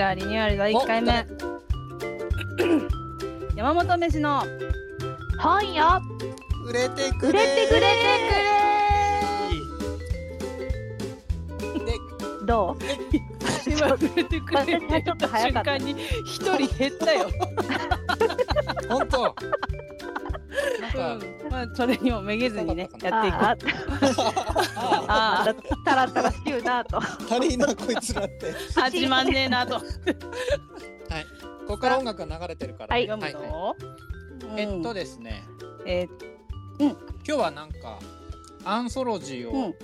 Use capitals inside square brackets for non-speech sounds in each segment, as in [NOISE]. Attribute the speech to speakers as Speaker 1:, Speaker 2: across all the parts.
Speaker 1: アリニューアル第1回 [COUGHS] 目山本飯の
Speaker 2: 本よ
Speaker 3: 売れてくれ
Speaker 2: 売れてくれて
Speaker 3: くれ
Speaker 2: くれどう
Speaker 1: 今売れてくれって言
Speaker 2: ちょ
Speaker 1: っ
Speaker 2: ったと
Speaker 1: 瞬
Speaker 2: 早かった
Speaker 1: 間に一人減ったよ、
Speaker 3: 本当なんか
Speaker 1: うんまあ、それにもめげずにねやっていこう
Speaker 2: あー
Speaker 3: あ
Speaker 2: あ
Speaker 1: あ
Speaker 2: ーたらたらしきゅうなと
Speaker 3: ー足りんなこいつら [LAUGHS] って
Speaker 1: あ [LAUGHS] 始まんねえなと
Speaker 3: ここから音楽が流れてるから
Speaker 2: はい
Speaker 1: 読むぞ、
Speaker 3: えっと
Speaker 1: で
Speaker 3: ですね
Speaker 1: え
Speaker 3: 今日はなんかアンソロジ
Speaker 1: ー
Speaker 3: ー
Speaker 1: う
Speaker 3: を
Speaker 1: ん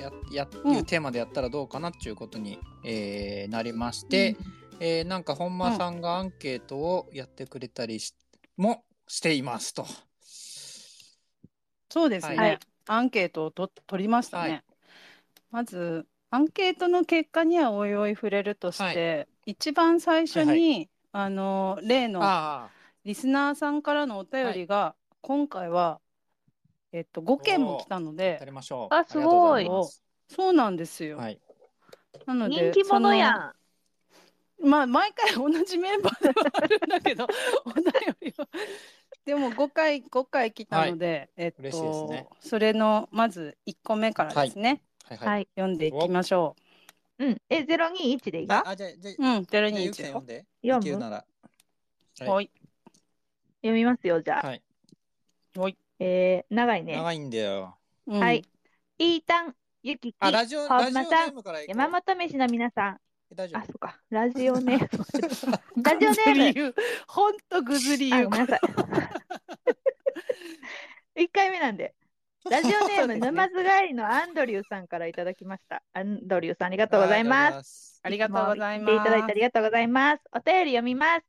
Speaker 3: や、や
Speaker 1: うん
Speaker 3: いうテーマでやったらどうかなっていうことに、えーなりまして、えーなんか本間さんがアンケートをやってくれたりし、もしていますと。
Speaker 1: そうですね、
Speaker 3: はい
Speaker 1: アンケートをと取りましたね、
Speaker 3: はい
Speaker 1: まずアンケートの結果にはおいおい触れるとして、一番最初に、
Speaker 3: はい
Speaker 1: あの例の
Speaker 3: あ
Speaker 1: リスナーさんからのお便りが、今回は、えっと、5件も来たの
Speaker 3: あ、や
Speaker 1: で
Speaker 3: りましょう。
Speaker 2: あすご
Speaker 3: あ
Speaker 2: い
Speaker 3: りがとうござます
Speaker 1: そうなんですよ、
Speaker 3: はい。
Speaker 1: なので
Speaker 2: 人気者や
Speaker 1: その
Speaker 2: ん
Speaker 1: まあ毎回同じメンバーではあるんだけど [LAUGHS] お便りはでも5回5回来たので、えっと
Speaker 3: 嬉しいですね
Speaker 1: それのまず1個目からですね、
Speaker 3: はいはい。
Speaker 2: はい
Speaker 1: 読んでいきましょ
Speaker 2: うんえゼロ二一でいい
Speaker 3: あ
Speaker 2: か
Speaker 3: あ、じゃあ、じゃあ
Speaker 1: う。うん、ゼロ
Speaker 3: じゃあ
Speaker 1: 二
Speaker 3: ゆき
Speaker 1: 一
Speaker 3: さん
Speaker 1: よ
Speaker 3: 読ん。で。
Speaker 2: 読む
Speaker 3: ゆきなら。はい
Speaker 1: はい。
Speaker 2: 読みますよじゃあ
Speaker 3: はい。
Speaker 2: えー長いね
Speaker 3: 長いんだよ。
Speaker 1: うん
Speaker 2: はい。イータンゆきき
Speaker 3: あ、ラジオ、
Speaker 2: 本
Speaker 3: ラジオ
Speaker 2: 間
Speaker 3: ゲ
Speaker 2: さ
Speaker 3: ー
Speaker 2: ん
Speaker 3: ムから行こう
Speaker 2: 山本飯の皆さん
Speaker 3: 大丈
Speaker 2: あ
Speaker 3: 夫
Speaker 2: そ。うかラジオネームラジ
Speaker 1: ぐ
Speaker 2: オ
Speaker 1: ず
Speaker 2: ネー
Speaker 1: り
Speaker 2: ム
Speaker 1: 言う。ほんとぐずり
Speaker 2: あ
Speaker 1: 言う
Speaker 2: ご。めんな [LAUGHS] さい。1回目なんで。ラジオネーム、沼津帰りのアンドリューさんからいただきました。アンドリューさん、ありがとうございます。
Speaker 3: す。
Speaker 1: ありがとうございます。
Speaker 2: つも聞ていただいてありがとうございます。お便り読みます。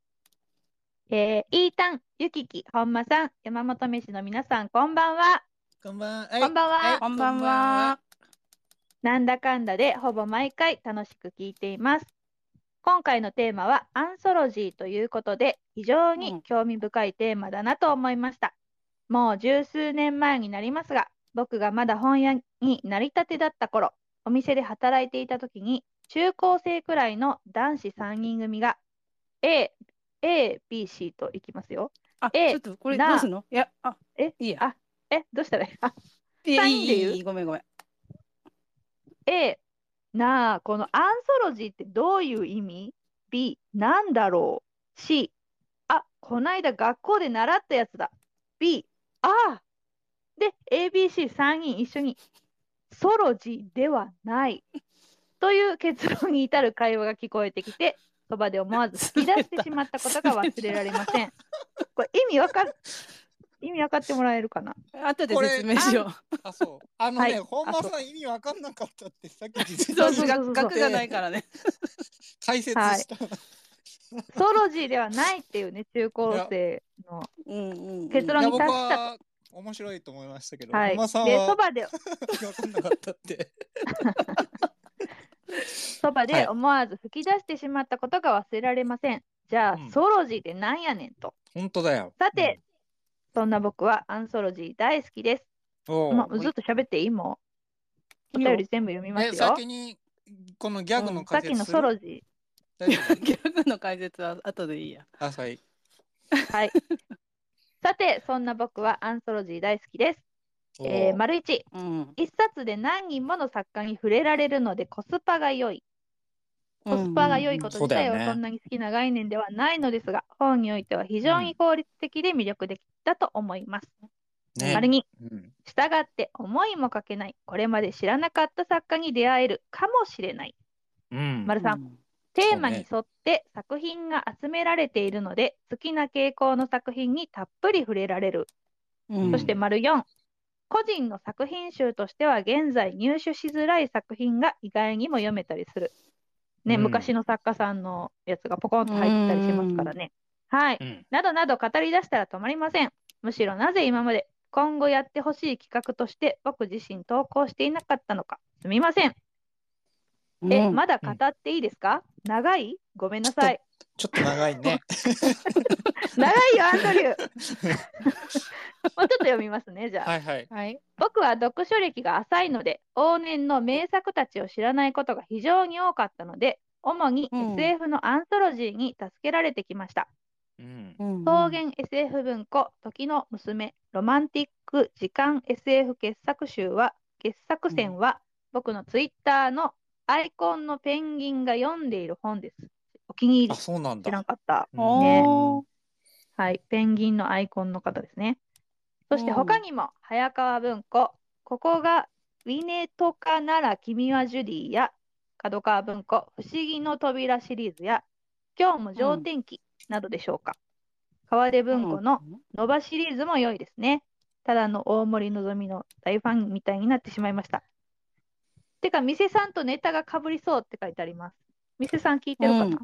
Speaker 2: えー、イータン、ゆきき、本間さん、山本飯の皆さん、こんばんは。
Speaker 3: こんばんは。
Speaker 2: こんばんは
Speaker 3: はい
Speaker 1: こんばんは。。
Speaker 2: なんだかんだでほぼ毎回楽しく聞いています。今回のテーマはアンソロジーということで、非常
Speaker 1: うん
Speaker 2: に興味深いテーマだなと思いました。もう十数年前になりますが、僕がまだ本屋になりたてだった頃、お店で働いていた時に、中高生くらいの男子3人組が A、A、B、C と行きますよ。
Speaker 1: あ、
Speaker 2: え
Speaker 1: ちょっとこれ
Speaker 2: な
Speaker 1: どうすんのいや、あ、
Speaker 2: え
Speaker 1: いいや。
Speaker 2: あえ、どうしたらいい [LAUGHS] あ
Speaker 1: いや、
Speaker 2: サ
Speaker 1: い
Speaker 2: イン
Speaker 1: い
Speaker 2: で言う
Speaker 1: いい、ごめんごめん。
Speaker 2: A、なあ、このアンソロジーってどういう意味 ?B、なんだろう ?C、あ、こないだ学校で習ったやつだ。B、ああ。で、ABC3 人一緒に、ソロジーではない。という結論に至る会話が聞こえてきて、そばで思わず [LAUGHS] 吹き出してしまったことが忘れられません。これ意味わかる、意味わかってもらえるかな
Speaker 1: 後で説明しよう。
Speaker 3: あ、そう。あの
Speaker 2: は
Speaker 3: ね、
Speaker 2: い
Speaker 3: 本間さん意味わかんなかったってさっき実
Speaker 1: そ
Speaker 2: そうう
Speaker 1: そ、
Speaker 2: そうう
Speaker 3: に
Speaker 2: そう
Speaker 1: 額がないからね。
Speaker 3: 解説した。
Speaker 2: ソロジーではないっていうね、中高生の。
Speaker 1: うんうんうん。
Speaker 2: 結
Speaker 3: い
Speaker 2: 論
Speaker 3: や、
Speaker 2: に
Speaker 3: 僕
Speaker 2: 達したと
Speaker 3: は面白いと思いましたけど、
Speaker 2: は
Speaker 3: 本
Speaker 2: い。
Speaker 3: 間さん
Speaker 2: で、
Speaker 3: は
Speaker 2: そばで、
Speaker 3: 意味わかんなかった
Speaker 2: [LAUGHS]
Speaker 3: って。
Speaker 2: そば
Speaker 3: はい
Speaker 2: で思わず吹き出してしまったことが忘れられません。じゃあ、
Speaker 3: うん
Speaker 2: ソロジーってなんやねんと。
Speaker 3: 本当だよ。
Speaker 2: さて、そんな僕はアンソロジー大好きです。
Speaker 3: うん、おう
Speaker 2: まあ、ずっと喋っていいもん。お
Speaker 1: いいよ
Speaker 2: 便り全部読みます
Speaker 3: え、
Speaker 2: よ。
Speaker 3: 先にこのギャグの
Speaker 2: さ
Speaker 3: 解
Speaker 2: っき
Speaker 3: 説
Speaker 2: の
Speaker 3: す
Speaker 2: ソ
Speaker 3: る
Speaker 2: ロジ
Speaker 3: 大丈夫
Speaker 1: 逆の解説は後でいいや。
Speaker 3: あ、はい。
Speaker 2: ー。
Speaker 3: [LAUGHS]
Speaker 2: はい。さて、そんな僕はアンソロジー大好きです。
Speaker 3: おう
Speaker 2: [LAUGHS] えー、丸1、
Speaker 1: うん。
Speaker 2: 一冊で何人もの作家に触れられるのでコスパが良い。コスパが良いこと自体
Speaker 3: そうだよ
Speaker 2: は
Speaker 3: ね
Speaker 2: そんなに好きな概念ではないのですが、本においては非常に効率的で魅力的だと思います。
Speaker 3: ね
Speaker 2: 丸に、
Speaker 3: うん
Speaker 2: 従って思いもかけない、これまで知らなかった作家に出会えるかもしれない。
Speaker 3: うん
Speaker 2: 丸さん、
Speaker 1: ん。
Speaker 2: テーマに沿って作品が集められているので、好きな傾向の作品にたっぷり触れられる。
Speaker 1: うん
Speaker 2: そして丸4、個人の作品集としては現在入手しづらい作品が意外にも読めたりする。ね、
Speaker 3: うん
Speaker 2: 昔の作家さんのやつがポコンと入ってたりしますからね。はい。
Speaker 3: うん
Speaker 2: などなど語り出したら止まりません。むしろなぜ今まで今後やってほしい企画として僕自身投稿していなかったのか。すみません。え、
Speaker 1: うん
Speaker 2: まだ語っていいですか、長いごめんなさい。
Speaker 3: ちょっと長いね。
Speaker 2: 長いよ、アンドリュー。もう
Speaker 1: [LAUGHS]
Speaker 2: ちょっと読みますね、じゃあ。
Speaker 3: はいはい。
Speaker 1: はい。
Speaker 2: 僕は読書歴が浅いので、往年の名作たちを知らないことが非常に多かったので、主に
Speaker 1: うん
Speaker 2: SF のアンソロジーに助けられてきました。
Speaker 3: うん
Speaker 1: う。ん
Speaker 2: 草原 SF 文庫、時の娘、ロマンティック、時間 SF 傑作集は、傑作選は、僕のツイッターのアイコンのペンギンが読んでいる本です。お気に入り
Speaker 3: あ、、そうなん
Speaker 2: 知らん
Speaker 3: だ。
Speaker 2: かった。
Speaker 1: お
Speaker 2: ね
Speaker 1: ー
Speaker 2: はい、ペンギンのアイコンの方ですね。そして
Speaker 1: うん
Speaker 2: 他にも、早川文庫、ここがウィネトカなら君はジュディや、角川文庫、不思議の扉シリーズや、今日も上天気などでしょうか。川出文庫のノバシリーズも良いですね。ただの大森のぞみの大ファンみたいになってしまいました。てか、店さんとネタがかぶりそうって書いてあります。店さん聞いてるかな、
Speaker 1: うん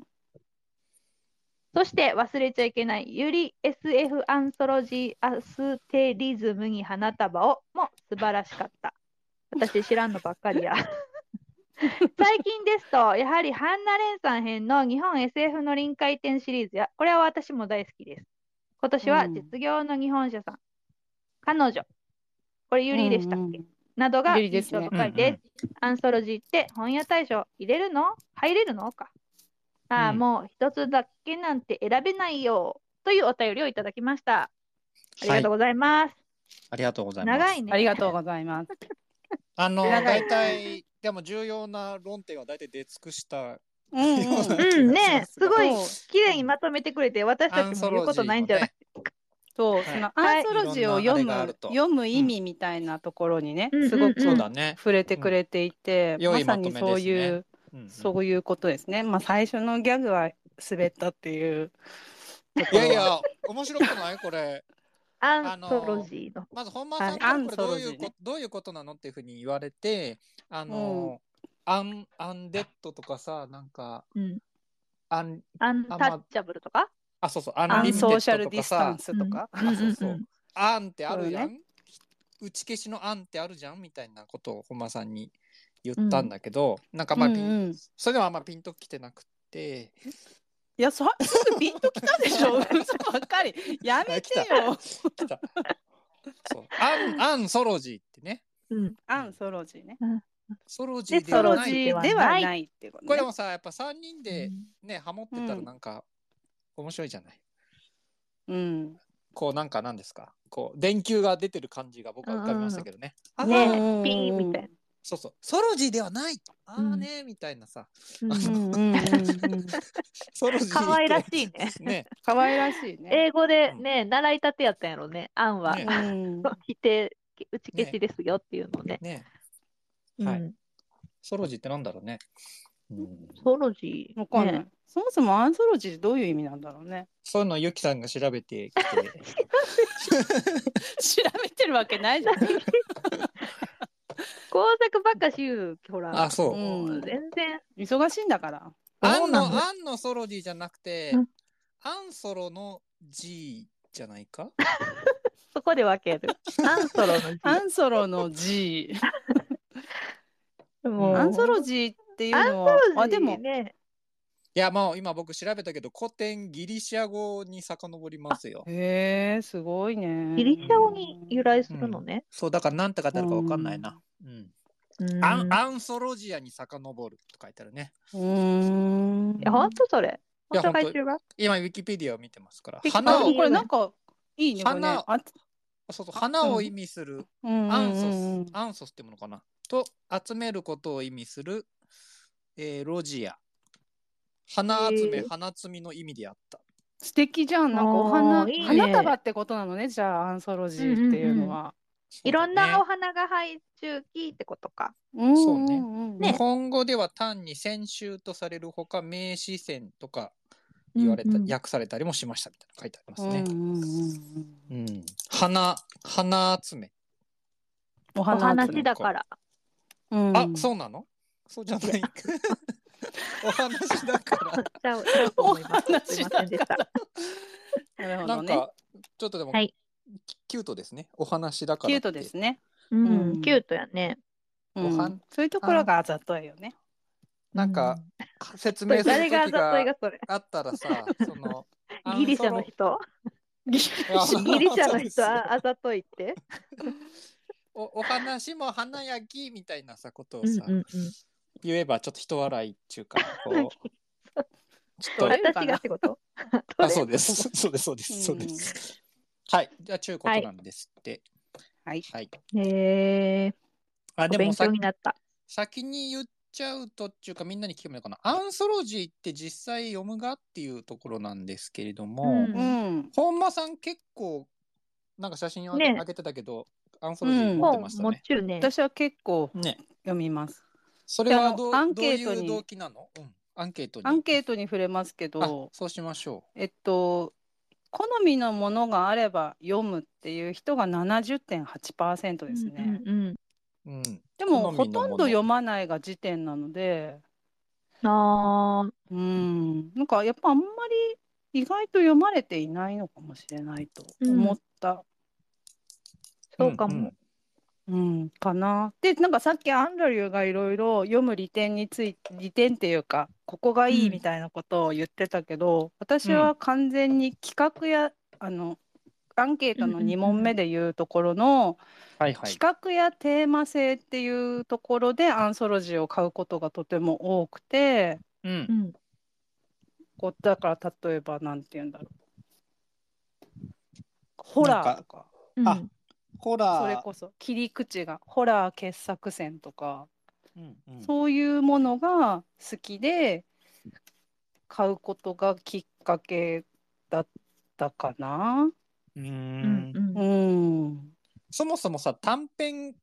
Speaker 2: そして忘れちゃいけない、ゆり SF アンソロジーアステリズムに花束をも素晴らしかった。私知らんのばっかりや。最近ですと、やはりハンナ・レンさん編の日本 SF の臨界点シリーズや、これは私も大好きです。今年は
Speaker 1: うん
Speaker 2: 実業の日本社さん、彼女、これユリでしたっけ、
Speaker 1: うんうん
Speaker 2: などが
Speaker 1: ユリですね
Speaker 2: 印象深いです。アンソロジーって本屋大賞入れるの入れるのか。ああ、
Speaker 3: うん
Speaker 2: もう一つだけなんて選べないよというお便りをいただきました。あり
Speaker 3: は
Speaker 2: が
Speaker 3: い
Speaker 2: とう、ございます。
Speaker 3: ありがとうございます。
Speaker 2: 長いね。
Speaker 1: ありがとうございます。
Speaker 3: あの、
Speaker 1: 長い
Speaker 3: 大体、でも重要な論点は大体出尽くした。
Speaker 1: うんうん
Speaker 3: そうだ
Speaker 2: うんね、すごい
Speaker 1: そう
Speaker 2: 綺麗にまとめてくれて、私た
Speaker 3: アン
Speaker 2: ち
Speaker 3: ソ
Speaker 2: も言う
Speaker 3: ロ
Speaker 2: こ
Speaker 3: ジ
Speaker 2: と
Speaker 3: ー
Speaker 2: ないん
Speaker 3: の
Speaker 2: じゃない
Speaker 3: ね、
Speaker 1: そう、
Speaker 3: い
Speaker 1: そのアンソロジーを読
Speaker 3: いろんなあれがあ
Speaker 1: む
Speaker 3: ると
Speaker 1: 読む意味みたいなところにね、
Speaker 2: うん
Speaker 1: すごく
Speaker 2: うん
Speaker 3: そうだね。
Speaker 1: 触れてくれていて、
Speaker 3: うん良い
Speaker 1: まさ
Speaker 3: まとめ
Speaker 1: に
Speaker 3: ですね
Speaker 1: そういう、
Speaker 3: うんうん
Speaker 1: そういうことですね。まあ最初のギャグは滑ったっていう。
Speaker 3: いやいや、面白くない [LAUGHS] これ。
Speaker 2: アンソロジーの。
Speaker 3: まず本間さん
Speaker 1: は
Speaker 3: か
Speaker 1: い
Speaker 3: らこれどう
Speaker 1: アンソロ
Speaker 3: い
Speaker 1: ジ
Speaker 3: う
Speaker 1: ー
Speaker 3: こ
Speaker 1: ね
Speaker 3: どういうことなのっていうふうに言われて、あの、アン、アンデッドとかさ、なんか、
Speaker 2: うん
Speaker 3: アン、
Speaker 2: アンタッチャブルとか
Speaker 3: あ、そうそう、ア
Speaker 1: ア
Speaker 3: ンリ
Speaker 1: ン
Speaker 3: ミ
Speaker 1: ソーシ
Speaker 3: テ
Speaker 1: ャ
Speaker 3: ッド
Speaker 1: ル
Speaker 3: と
Speaker 1: ディ
Speaker 3: か
Speaker 1: スタ
Speaker 3: さ
Speaker 1: ン、スとか。
Speaker 2: うんうん
Speaker 3: そうそう
Speaker 2: うん
Speaker 3: アンってあるや、
Speaker 1: そうん
Speaker 3: 打ち消しのアンってあるじゃんみたいなことを本間さんに言ったんだけど、なんかまあピン、
Speaker 1: うんうん
Speaker 3: それではあんまピンときてなくて、
Speaker 1: いや、さ、すぐピンときたでし [LAUGHS] ょ。嘘ばっかり。やめてよ。
Speaker 3: 来た [LAUGHS] そうアン、アンソロジーってね、
Speaker 2: うん
Speaker 1: アンソロジーね。
Speaker 3: ソロジーで
Speaker 1: ソ
Speaker 3: は
Speaker 1: ロ
Speaker 3: な
Speaker 1: ジ
Speaker 3: い。
Speaker 1: ーではないってこと
Speaker 3: これ
Speaker 1: ね
Speaker 3: も。さ、やっぱ三人でね、ハモってたら
Speaker 1: うん
Speaker 3: なんか面白いじゃない。
Speaker 1: うん。
Speaker 3: こうなんかなんですか、こう電球が出てる感じが僕は浮かびましたけどね。あ
Speaker 2: ね
Speaker 3: ー
Speaker 1: うん
Speaker 2: ピーみたいな。
Speaker 3: そうそう、ソロジーではない。ああね、みたいなさ、
Speaker 2: うん
Speaker 1: うんうんうんうん。
Speaker 3: ソロジーって
Speaker 2: 可愛らしいね。
Speaker 3: ね、
Speaker 1: 可愛らしいね。
Speaker 2: 英語でね、習いたてやったんやろね、アンは。
Speaker 3: ね
Speaker 1: うん。
Speaker 2: 否定、打ち消しですよっていうのね。
Speaker 3: ね、
Speaker 2: うん
Speaker 3: はいソロジーってなんだろうね。うん
Speaker 2: ソロジー。
Speaker 1: わかんな
Speaker 2: ね
Speaker 1: い。そもそもアンソロジーってどういう意味なんだろうね。
Speaker 3: そういうのをゆきさんが調べてきて、
Speaker 2: [LAUGHS]
Speaker 1: 調べてるわけないじゃん。
Speaker 2: 工作ばっかし言う、ほら。
Speaker 3: あ、そう。
Speaker 1: うん
Speaker 2: もう全然。
Speaker 1: 忙しいんだから。
Speaker 3: ア
Speaker 2: そう
Speaker 3: ン
Speaker 2: な
Speaker 3: の、
Speaker 2: んだ
Speaker 3: アンのソロジーじゃなくて
Speaker 2: うん、
Speaker 3: アンソロの G じゃないか [LAUGHS]
Speaker 2: そこで分ける。アンソロの
Speaker 1: アンソロの G。
Speaker 2: 字。もう
Speaker 1: アンソロジーっていう
Speaker 2: ア
Speaker 1: の
Speaker 2: ンソ
Speaker 1: は
Speaker 2: ロジ、ー
Speaker 1: あ、でも、
Speaker 2: ね。
Speaker 3: いや、もう今僕調べたけど、古典ギリシア語に遡りますよ。
Speaker 1: へえ、すごいね。
Speaker 2: ギリシャ語に由来するのね。
Speaker 3: そう、だからなんて書いてあるかわかんないな。うん。
Speaker 2: うん
Speaker 3: アン、アンソロジアに遡ると書いてあるね。
Speaker 1: うーん。
Speaker 2: いや、ほんとそれ。
Speaker 3: いや
Speaker 2: 本当
Speaker 3: ほんと
Speaker 2: 外中が
Speaker 3: 今、ウィキペディアを見てますから。
Speaker 2: 当
Speaker 1: あ
Speaker 3: 花
Speaker 1: で
Speaker 3: を
Speaker 1: もこれなんか、いいね、これね。
Speaker 3: 花
Speaker 1: あ
Speaker 3: そうそう花を意味する
Speaker 1: うん
Speaker 3: アンソス、
Speaker 1: うん
Speaker 3: アンソスってものかなと集めることを意味する、えーロジア花集め、
Speaker 2: へー
Speaker 3: 花摘みの意味であった
Speaker 1: 素敵じゃん。なんかお
Speaker 2: あ
Speaker 1: 花、
Speaker 2: ーいいね
Speaker 1: 花束ってことなのね、じゃあ、アンソロジーっていうのは。
Speaker 2: いろんなお
Speaker 3: そうだね
Speaker 2: 花が配中期ってことか。
Speaker 1: うん
Speaker 3: そうね
Speaker 1: んん
Speaker 2: ね
Speaker 3: 日本語では単に先週とされるほか名詞線とか言われた、
Speaker 2: うんうん
Speaker 3: 訳されたりもしましたみたいなの書いてありま
Speaker 1: う
Speaker 3: す
Speaker 1: んうん
Speaker 3: ね、
Speaker 1: うんうん
Speaker 3: うん花花集め、
Speaker 1: お
Speaker 2: お
Speaker 1: 花集め
Speaker 2: 話だから。
Speaker 1: うん
Speaker 3: あそうなのそうじゃないお話だから
Speaker 2: [LAUGHS] ちゃうちゃうと思います。すいませんでした。
Speaker 1: [LAUGHS] なるほ
Speaker 3: な
Speaker 1: ど
Speaker 3: ん
Speaker 1: ね。
Speaker 3: かちょっとでも、
Speaker 2: はい
Speaker 3: キキュートですねお話だから
Speaker 1: キュー
Speaker 3: って
Speaker 1: トですね。
Speaker 2: う
Speaker 1: うん
Speaker 2: ん、キュートやね。
Speaker 1: う
Speaker 3: ご飯
Speaker 1: ん、そういうところがあざといよね。
Speaker 3: なんか説
Speaker 2: うん、
Speaker 3: 明する
Speaker 2: 誰
Speaker 3: 時
Speaker 2: があざとい
Speaker 3: が
Speaker 2: がそれ。
Speaker 3: あったら
Speaker 2: [LAUGHS]
Speaker 3: さ、その
Speaker 2: ギリシャの人。 [LAUGHS] ギリシャの
Speaker 3: [LAUGHS]
Speaker 2: 人ああざといって。
Speaker 3: おお話も花焼きみたいなさことを
Speaker 2: うん
Speaker 3: さ、
Speaker 2: うんうん
Speaker 3: 言えばちょっと人笑いっていうか、
Speaker 2: [LAUGHS]
Speaker 3: こう、ちょっ
Speaker 1: 取れるか
Speaker 2: 私
Speaker 1: な
Speaker 2: がってこと
Speaker 3: と、あ、そう
Speaker 2: 取れる
Speaker 3: です。そうです、そう
Speaker 1: うん
Speaker 3: です、そうです。はい、じゃあ、ちゅうことなんですって。
Speaker 1: はい。
Speaker 3: はい。
Speaker 2: え
Speaker 3: あ、
Speaker 2: ー、
Speaker 3: で
Speaker 2: 勉
Speaker 3: もさ
Speaker 2: 強になった。
Speaker 3: 先に言っちゃうとっていうか、みんなに聞くのかな。アンソロジーって実際読むがっていうところなんですけれども、
Speaker 2: うん
Speaker 1: うん。
Speaker 3: 本間さん結構なんか写真をあげ,、
Speaker 2: ね
Speaker 3: てたけどアンソロジー持って
Speaker 2: 本
Speaker 3: ました
Speaker 2: も
Speaker 3: ね。
Speaker 2: ちろんね。
Speaker 1: 私は結構
Speaker 3: ね
Speaker 1: 読みます。
Speaker 3: それは
Speaker 1: であ
Speaker 3: ど
Speaker 1: のア
Speaker 3: う
Speaker 1: ン
Speaker 3: どう
Speaker 1: ケート
Speaker 3: い
Speaker 1: に
Speaker 3: う動機なの、うん、アンケートに。
Speaker 1: アンケートに触れますけ
Speaker 3: あ
Speaker 1: ど、
Speaker 3: そうしましょ
Speaker 1: えっと、好みのものがあれば読むっていう人が70.8%ですね。
Speaker 2: うんうん
Speaker 3: う。うん、
Speaker 1: でも
Speaker 3: 好みのもの
Speaker 1: ほとんど読まないが時点なので、
Speaker 2: うん。あー
Speaker 1: うん、なんかやっぱあんまり意外と読まれていないのかもしれないと思った、
Speaker 2: そうかも。
Speaker 1: うんかな。でなんかさっきアンドリューがいろいろ読む利点について利点っていうかここがいいみたいなことを言ってたけど、私は完全に企画やあのアンケートの2問目で言うところの、
Speaker 3: はいはい。
Speaker 1: 企画やテーマ性っていうところでアンソロジーを買うことがとても多くて
Speaker 3: う、
Speaker 2: うんん。
Speaker 1: こうだから例えばなんて言うんだろうホラーとか
Speaker 2: うん
Speaker 3: あホラー。
Speaker 1: それこそ切り口がホラー傑作選とか、
Speaker 3: うんうん
Speaker 1: そういうものが好きで買うことがきっかけだったかな。
Speaker 3: う
Speaker 2: うんんう。
Speaker 1: うんん、
Speaker 3: そもそもさ短編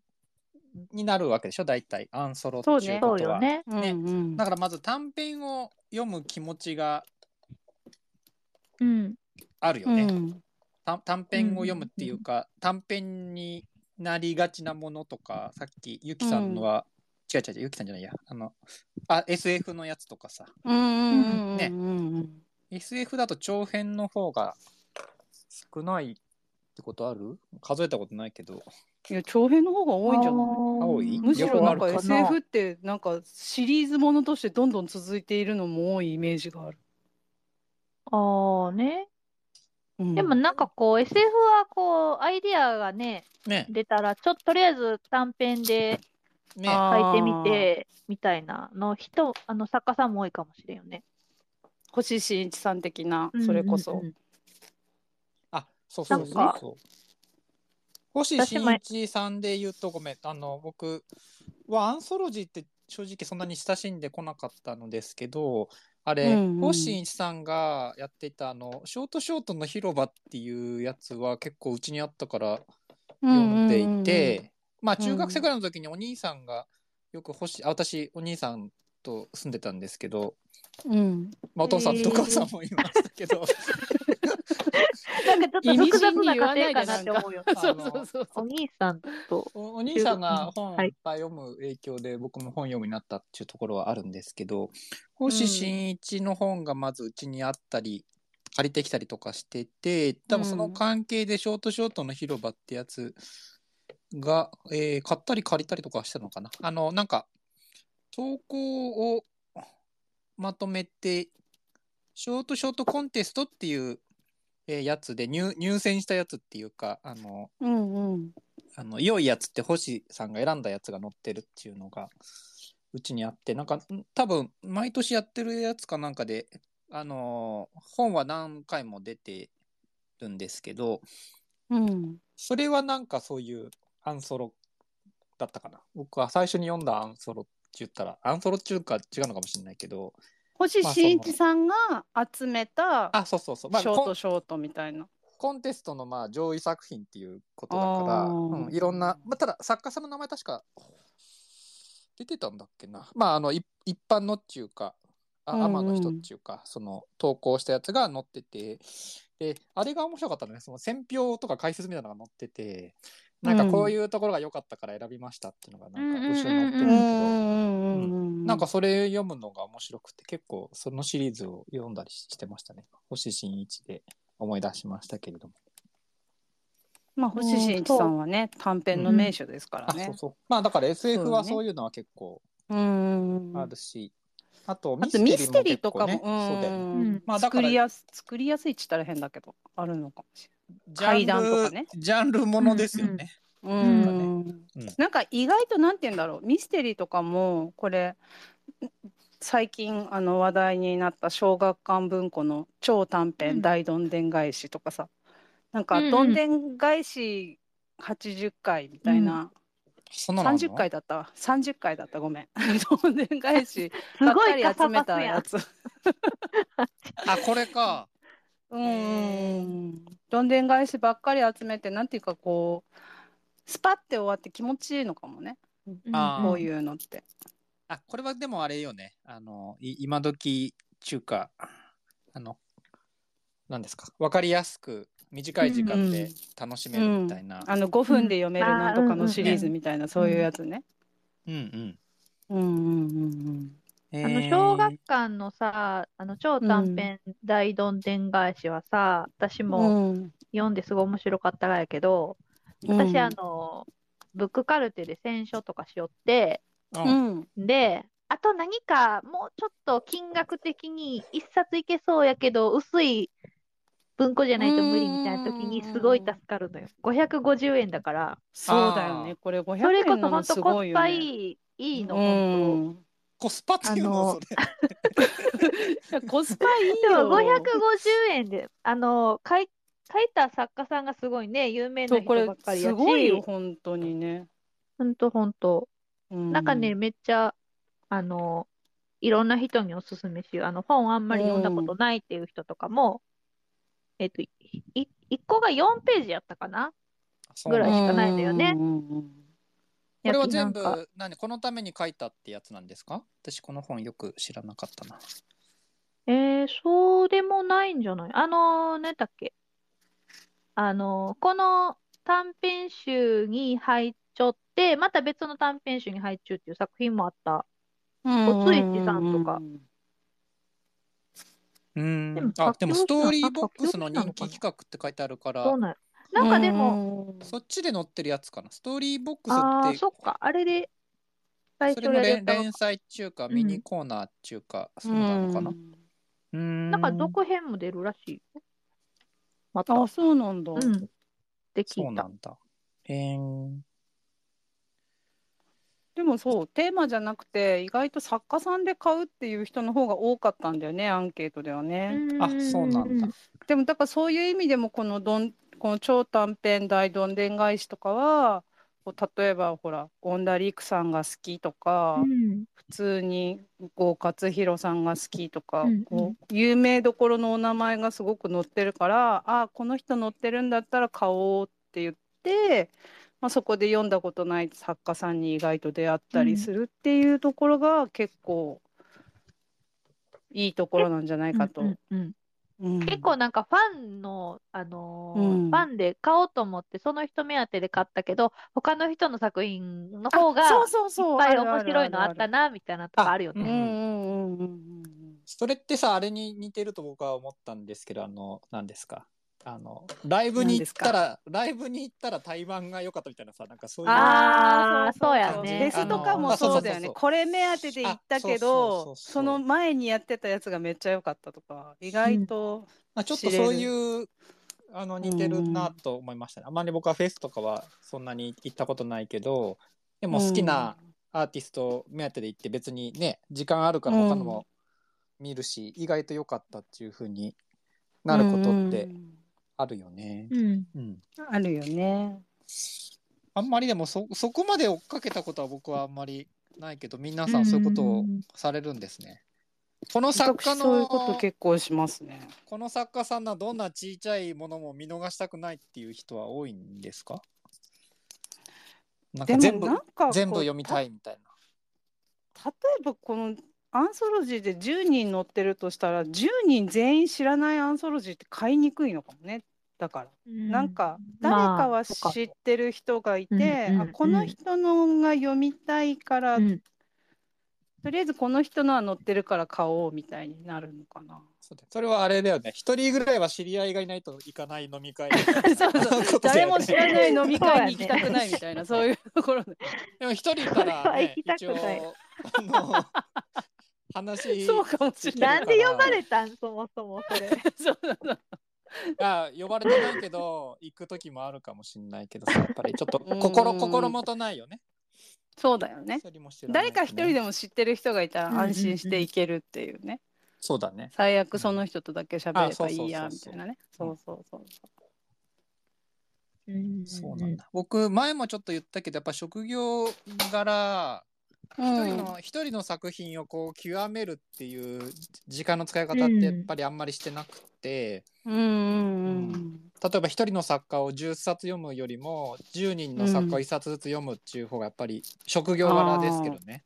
Speaker 3: になるわけでしょ大体アンソロって
Speaker 1: そう
Speaker 3: い
Speaker 1: ね
Speaker 3: う
Speaker 2: そ
Speaker 3: こ
Speaker 2: う
Speaker 3: と
Speaker 2: よ
Speaker 3: は。
Speaker 2: ね。
Speaker 1: うんうん
Speaker 3: だからまず短編を読む気持ちが
Speaker 2: うん。
Speaker 3: あるよ
Speaker 1: う
Speaker 3: ね。
Speaker 1: ん
Speaker 3: た短編を読むっていうか、短編になりがちなものとかさっきゆきさんのは、違う違う違うゆきさんじゃないやあのあ SF のやつとかさ
Speaker 1: うんうんうん
Speaker 3: ね
Speaker 1: うんうん
Speaker 3: SF だと長編の方が少ないってことある数えたことないけど
Speaker 1: いや長編の方が多いんじゃない
Speaker 3: 多い
Speaker 1: むしろなんか
Speaker 3: 両方あるか
Speaker 1: SF ってなんかシリーズものとしてどんどん続いているのも多いイメージがある。
Speaker 2: ああね。
Speaker 1: うん
Speaker 2: でもなんかこう SF はこうアイディアがね、
Speaker 3: ね
Speaker 2: 出たら、ちょっととりあえず短編で
Speaker 3: ね
Speaker 1: あ
Speaker 2: 書いてみて、みたいなの人、あの作家さんも多いかもしれんよね。
Speaker 1: 星新一さん的なそれこそ。
Speaker 2: うんう
Speaker 1: うん
Speaker 2: うん
Speaker 3: あそうそうそ
Speaker 2: な
Speaker 3: うん
Speaker 2: か
Speaker 3: そう星
Speaker 2: 私
Speaker 3: 新
Speaker 2: 前
Speaker 3: 一さんで言うとごめんあの僕はアンソロジーって正直そんなに親しんでこなかったのですけどあれ、
Speaker 1: うんうん
Speaker 3: 星新一さんがやっていたあの「ショートショートの広場」っていうやつは結構うちにあったから読んでいて、まあ中学生ぐらいの時にお兄さんがよく星あ私お兄さんと住んでたんですけど、
Speaker 1: うんうん
Speaker 3: まあ、お父さんとお母さんもいましたけど、
Speaker 2: なんかちょっと複雑な家庭かなって思うよ。
Speaker 1: うん。 [LAUGHS] そうそうそうそ
Speaker 2: お
Speaker 1: う。
Speaker 2: 兄さんと。
Speaker 3: おお兄さんが本
Speaker 2: はい
Speaker 3: いっぱい読む影響で僕も本読むようになったっていうところはあるんですけど、星新一の本がまずうちにあったり借りてきたりとかしてて多分その関係で「ショートショートの広場」ってやつが、えー買ったり借りたりとかしたのかな。あのなんか投稿をまとめてショートショートコンテストっていう、えーやつで入入選したやつっていうかあの
Speaker 1: うんうん。
Speaker 3: あの良いやつって星さんが選んだやつが載ってるっていうのがうちにあってなんかん多分毎年やってるやつかなんかで、あのー本は何回も出てるんですけど
Speaker 1: うん。
Speaker 3: それはなんかそういうアンソロだったかな僕は最初に読んだアンソロって言ったらアンソロっていうか違うのかもしれないけど
Speaker 1: 星新一さんが集めた
Speaker 3: あそうそうそう、まあ、
Speaker 1: ショー
Speaker 3: コ
Speaker 1: ト
Speaker 3: ン
Speaker 1: ショートみたいな。
Speaker 3: コンテストのまあ上位作品っていうことだから、
Speaker 1: あー
Speaker 3: うん、いろんな、まあ、ただ作家さんの名前確か出てたんだっけなまああのい一般のっていうかあ
Speaker 1: うんうん
Speaker 3: 天の人っていうか、その投稿したやつが載っててであれが面白かったのねその選評とか解説みたいなのが載っててなんかこういうところが良かったから選びましたっていうのがなんか後ろに載って
Speaker 1: う
Speaker 3: る
Speaker 1: んんう
Speaker 3: だけど、
Speaker 1: んうんうん。
Speaker 3: なんかそれ読むのが面白くて結構そのシリーズを読んだりしてましたね星新一で思い出しましたけれども。
Speaker 1: まあ星新一さんはね短編の名手ですから
Speaker 3: あそ
Speaker 1: ね
Speaker 3: う。そうまあだから SF は
Speaker 1: そうだね
Speaker 3: そういうのは結構
Speaker 1: うんうんうん
Speaker 3: あるし、あと
Speaker 1: あとミステリーとかも、
Speaker 3: ミステリーも結構ねそうだよね
Speaker 1: うん
Speaker 2: うん
Speaker 3: まあだか
Speaker 1: 作
Speaker 3: ら
Speaker 1: りやす作りやすいって言ったら変だけどあるのかもし
Speaker 3: ジャンル
Speaker 1: 怪談とかね
Speaker 3: ジャンルものですよね、
Speaker 1: う
Speaker 2: なんか
Speaker 3: ね
Speaker 1: ん
Speaker 4: うん
Speaker 1: なんか意外となんて言うんだろうミステリーとかもこれ最近あの話題になった小学館文庫の超短
Speaker 2: うん
Speaker 1: 編大どんでん返しとかさなん
Speaker 2: う
Speaker 1: か
Speaker 2: んうん
Speaker 1: どんでん返し80回みたいな、
Speaker 3: そんなのあんの
Speaker 1: 30回だったわ30回だったごめんどんでん返し
Speaker 2: す
Speaker 1: ばっ
Speaker 2: ご
Speaker 1: か
Speaker 2: い
Speaker 1: り
Speaker 2: か
Speaker 1: 集
Speaker 2: さ
Speaker 1: め
Speaker 2: ば
Speaker 1: た
Speaker 2: すや
Speaker 1: や
Speaker 2: ん。
Speaker 1: つ
Speaker 3: あこれか
Speaker 1: うーんどんでん返しばっかり集めてなんていうかこうスパって終わって気持ちいいのかもね
Speaker 3: あー
Speaker 1: こういうのって。
Speaker 3: あこれはでもあれよねあのい今時中華あの何ですか分かりやすく短い時間で楽しめるみたいな、
Speaker 1: あの5分で読めるなんとかのシリーズみたいな、そういうやつね。
Speaker 3: うんうん
Speaker 1: うんうんうん
Speaker 2: あ
Speaker 3: え
Speaker 2: の
Speaker 3: ー
Speaker 2: 小学館のさ、あの超短編大どんでん返しはさ、
Speaker 1: う
Speaker 2: 私も
Speaker 1: ん。うん
Speaker 2: 読んですごい面白かったがやけど、私あの、ブックカルテで選書とかしよって、
Speaker 3: うん
Speaker 1: うん
Speaker 2: で、あと何かもうちょっと金額的に一冊いけそうやけど、薄い文庫じゃないと無理みたいな時にすごい助かるのよ。550円だから、
Speaker 1: そうだよね。これ500円
Speaker 2: それこそ
Speaker 1: なの
Speaker 2: 本当
Speaker 1: す
Speaker 2: コ
Speaker 1: ご
Speaker 2: ス
Speaker 1: いよ
Speaker 2: パ
Speaker 1: ね。
Speaker 2: いい、いいの、
Speaker 1: う
Speaker 2: 本当。
Speaker 1: ん。
Speaker 3: コスパっていう
Speaker 2: あ
Speaker 3: の
Speaker 2: の
Speaker 3: それ
Speaker 1: いやコスパいいよ。
Speaker 2: でも550円で、あの、書い、書いた作家さんがすごいね、有名
Speaker 1: そ
Speaker 2: な
Speaker 1: うこ
Speaker 2: 人
Speaker 1: れ
Speaker 2: ばっかりや
Speaker 1: すごいよ
Speaker 2: し、
Speaker 1: 本当にね。
Speaker 2: ほんとほんと。
Speaker 1: な
Speaker 2: なんかね、、めっちゃ、あの、いろんな人におすすめしよう。あの、本あんまり読んだことないっていう人とかも、えっと、い、い1個が4ページやったかな
Speaker 3: そう
Speaker 2: ぐらい
Speaker 3: こ
Speaker 2: しかないんだよね
Speaker 1: うんうんうん
Speaker 2: や
Speaker 3: れは
Speaker 2: き
Speaker 3: 全
Speaker 2: なんか
Speaker 3: 部何このために書いたってやつなんですか私この本よく知らなかったな
Speaker 2: えー、そうでもないんじゃないあのー、何だっけあのー、この短編集に入っちゃって、また別の短編集に入っちゅうっていう作品もあった。
Speaker 1: うん。
Speaker 2: おついちさんとか
Speaker 3: う
Speaker 2: で
Speaker 3: ん
Speaker 2: も
Speaker 3: あでもストーリー
Speaker 2: 書き下ろした
Speaker 3: ボックスの人
Speaker 2: あ書き下ろしたのか
Speaker 3: 気
Speaker 2: な
Speaker 3: 企画って書いてあるから
Speaker 2: どうなんやなんかでも、
Speaker 1: も
Speaker 3: そっちで載ってるやつかなストーリーボックス
Speaker 2: あ
Speaker 3: っ
Speaker 2: ー、
Speaker 3: て
Speaker 2: そっか、あれで最
Speaker 3: それ
Speaker 2: 初
Speaker 3: の
Speaker 2: やりやっ
Speaker 3: 連
Speaker 2: たの
Speaker 3: 連載中か
Speaker 2: うん
Speaker 3: ミニコーナー中か、そうなのかな。うーん
Speaker 2: なんか続編も出るらしいよ。また。
Speaker 1: あ、そうなんだ。
Speaker 2: うん。って聞
Speaker 3: そう
Speaker 2: い
Speaker 3: な
Speaker 2: た。
Speaker 3: んだ。へえ。
Speaker 1: でもそう、テーマじゃなくて、意外と作家さんで買うっていう人の方が多かったんだよね、アンケートでは
Speaker 2: う
Speaker 1: ね。
Speaker 2: ん
Speaker 3: あそうなんだ。
Speaker 1: でも、だからそういう意味でも、このどん、この超短編大どんでん返しとかは、こう例えばほら、権田陸さんが好きとか、
Speaker 2: うん。
Speaker 1: 普通に郷勝弘さんが好きとか、
Speaker 2: うんうん
Speaker 1: こう有名どころのお名前がすごく載ってるからああこの人載ってるんだったら買おうって言って、まあ、そこで読んだことない作家さんに意外と出会ったりするっていうところが結構いいところなんじゃないかと。
Speaker 2: うんうんうん
Speaker 1: うん
Speaker 2: 結構なんかファンの、あのー
Speaker 1: うん
Speaker 2: ファンで買おうと思って、その人目当てで買ったけど、他の人の作品の
Speaker 1: あ
Speaker 2: 方が、
Speaker 1: そうそうそう
Speaker 2: いっぱい面白いのあった
Speaker 1: る
Speaker 2: な、みたいなとかあるよ
Speaker 1: あるあるう
Speaker 2: ね。
Speaker 1: んうんうんうんうん
Speaker 3: それってさあれに似てると僕は思ったんですけどあの何ですかあのライブに行ったらライブに行ったら台湾が良かったみたいなさなんかそういう
Speaker 2: あ
Speaker 1: ああ
Speaker 2: あーそうや
Speaker 3: ね
Speaker 1: フェスとかもそうだよね
Speaker 3: あの
Speaker 1: これ目当てで行ったけ
Speaker 3: あそうそうそうそう
Speaker 1: どその前にやってたやつがめっちゃ良かったとか意外と、
Speaker 3: まあちょっとそういうあの似てるなと思いましたね。あまり僕はフェスとかはそんなに行ったことないけどでも好きなアーティスト目当てで行って別にね時間あるから他のも見るし、意外と良かったっていう風になることってあるよね。
Speaker 2: うん。
Speaker 3: うん
Speaker 1: うんあるよね
Speaker 3: あんまりでもそそこまで追っかけたことは僕はあんまりないけど皆さんそういうことをされるんですね。この作
Speaker 1: 私
Speaker 3: 家
Speaker 1: そういう
Speaker 3: の
Speaker 1: こと結構しますね
Speaker 3: この作家さんのどんなちいちゃいものも見逃したくないっていう人は多いんですかなん
Speaker 1: で
Speaker 3: か全
Speaker 1: も
Speaker 3: 部
Speaker 1: なんか
Speaker 3: 全部読みた
Speaker 1: い
Speaker 3: いみたい
Speaker 1: 例えばこのアンソロジーで10人載ってるとしたら10人全員知らないアンソロジーって買いにくいのかもねだからなんか誰かは
Speaker 2: そうか
Speaker 1: 知ってる人がいて、
Speaker 2: うんうん
Speaker 1: あこの
Speaker 2: うん
Speaker 1: 人のが読みたいから、
Speaker 2: うん
Speaker 1: とりあえずこの人のは載ってるから買おうみたいになるのかな。
Speaker 3: な。それはあれだよね。一人ぐらいは知り合いがいないと行かない飲み会
Speaker 1: そうそう
Speaker 3: ことだ
Speaker 1: 誰
Speaker 3: よね
Speaker 1: も知らない飲み会に行きたくないみたいなそういうところで
Speaker 3: でも一人いたら、
Speaker 2: これは
Speaker 3: ね、
Speaker 2: 行きた
Speaker 3: 一
Speaker 2: く
Speaker 3: 応
Speaker 2: ない
Speaker 3: あの話
Speaker 1: そうかもしれない。
Speaker 2: なんで呼ばれたん、そもそもそれ。
Speaker 1: そうなの
Speaker 3: あ呼ばれてないけど行く時もあるかもしれないけどさやっぱりちょっと心
Speaker 1: うん
Speaker 3: 心もとないよね
Speaker 1: そうだよね。
Speaker 3: 一人も知らない
Speaker 1: 誰か一人
Speaker 3: ね
Speaker 1: でも知ってる人がいたら安心していけるっていうね。
Speaker 3: そうだね
Speaker 1: 最悪その人とだけ喋ればいいや
Speaker 3: あ
Speaker 1: み
Speaker 3: そうそ
Speaker 1: た
Speaker 3: うそうそう
Speaker 1: いなね。そうそうそう。
Speaker 3: そうなんだ僕前もちょっと言ったけどやっぱ職業柄
Speaker 1: う
Speaker 3: 一人
Speaker 1: ん
Speaker 3: の一人の作品をこう極めるっていう時間の使い方ってやっぱりあんまりしてなくて、
Speaker 1: うんうん
Speaker 3: 例えば一人の作家を10冊読むよりも10人の作家
Speaker 1: う
Speaker 3: を
Speaker 1: ん
Speaker 3: 1冊ずつ読むっていう方がやっぱり職業柄ですけどね。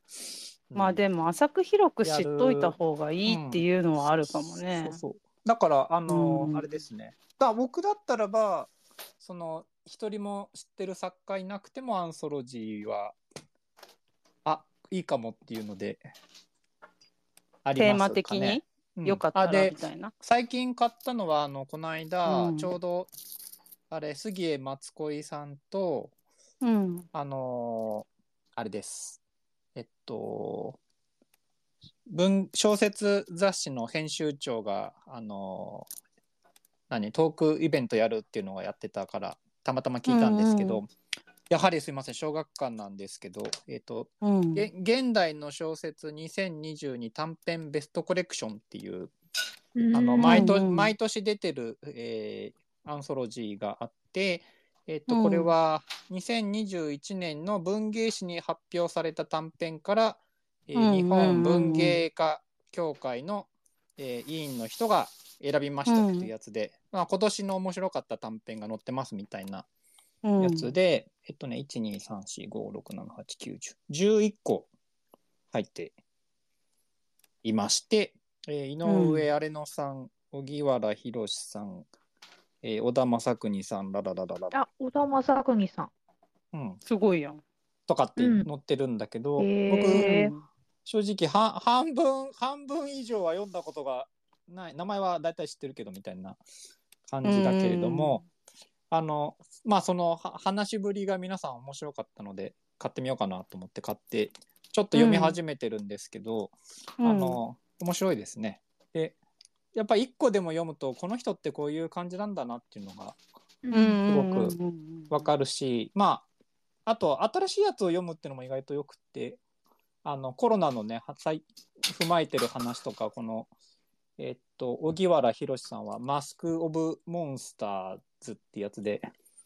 Speaker 1: うん。まあ
Speaker 3: も
Speaker 1: でも浅く広く知っといた方がいいっていうのはあるかもね
Speaker 3: そう。そうだからあの、
Speaker 1: うん
Speaker 3: あれですね。だから僕だったらばその一人も知ってる作家いなくてもアンソロジーはあいいかもっていうので。あり
Speaker 1: テー
Speaker 3: ま
Speaker 1: マ
Speaker 3: す
Speaker 1: 的
Speaker 3: かね
Speaker 1: に良かっ
Speaker 3: うん
Speaker 1: た
Speaker 3: あ
Speaker 1: ら
Speaker 3: で
Speaker 1: みたいな。
Speaker 3: 最近買ったのはあのこの間、
Speaker 1: うん
Speaker 3: ちょうどあれ杉江松恋さんと
Speaker 1: うん。
Speaker 3: あのーあれですえっと文小説雑誌の編集長があのー何トークイベントやるっていうのをやってたからたまたま聞いたんですけど、
Speaker 1: うん
Speaker 3: やはりすいません小学館なんですけどえっと
Speaker 1: うん。
Speaker 3: げ現代の小説2022短編ベストコレクションっていうあの毎年
Speaker 1: うん
Speaker 3: 毎年出てる、えーアンソロジーがあって、えっと
Speaker 1: うん
Speaker 3: これは2021年の文芸誌に発表された短編から、えー
Speaker 1: うんうんうん
Speaker 3: 日本文芸家協会の、えー委員の人が選びましたっていうやつで、まあ、今年の面白かった短編が載ってますみたいな
Speaker 1: うん
Speaker 3: やつで、えっとね1234567891011個入っていまして、えー井上荒野さん、荻原博さん、えー小田正邦さんララララララ、
Speaker 2: あ、小田正邦さ
Speaker 3: うん、
Speaker 1: すごいやん。
Speaker 3: とかって
Speaker 2: うん
Speaker 3: 載ってるんだけど、
Speaker 2: へ
Speaker 3: 僕
Speaker 2: えー
Speaker 1: うん
Speaker 3: 正直は半分半分以上は読んだことがない名前は大体知ってるけどみたいな感じだけれども、あのまあそのは話しぶりが皆さん面白かったので買ってみようかなと思って買ってちょっと読み始めてるんですけど、あの面白いですね。でやっぱ一個でも読むとこの人ってこういう感じなんだなっていうのが
Speaker 2: ん。
Speaker 1: う
Speaker 2: うん。
Speaker 1: んうん
Speaker 3: す
Speaker 1: うんうん
Speaker 3: わかるしまああと新しいやつを読むってのも意外とよくってあのコロナのねは最踏まえてる話とかこのえっと荻原博さんは「マスク・オブ・モンスターズ」ってやつで、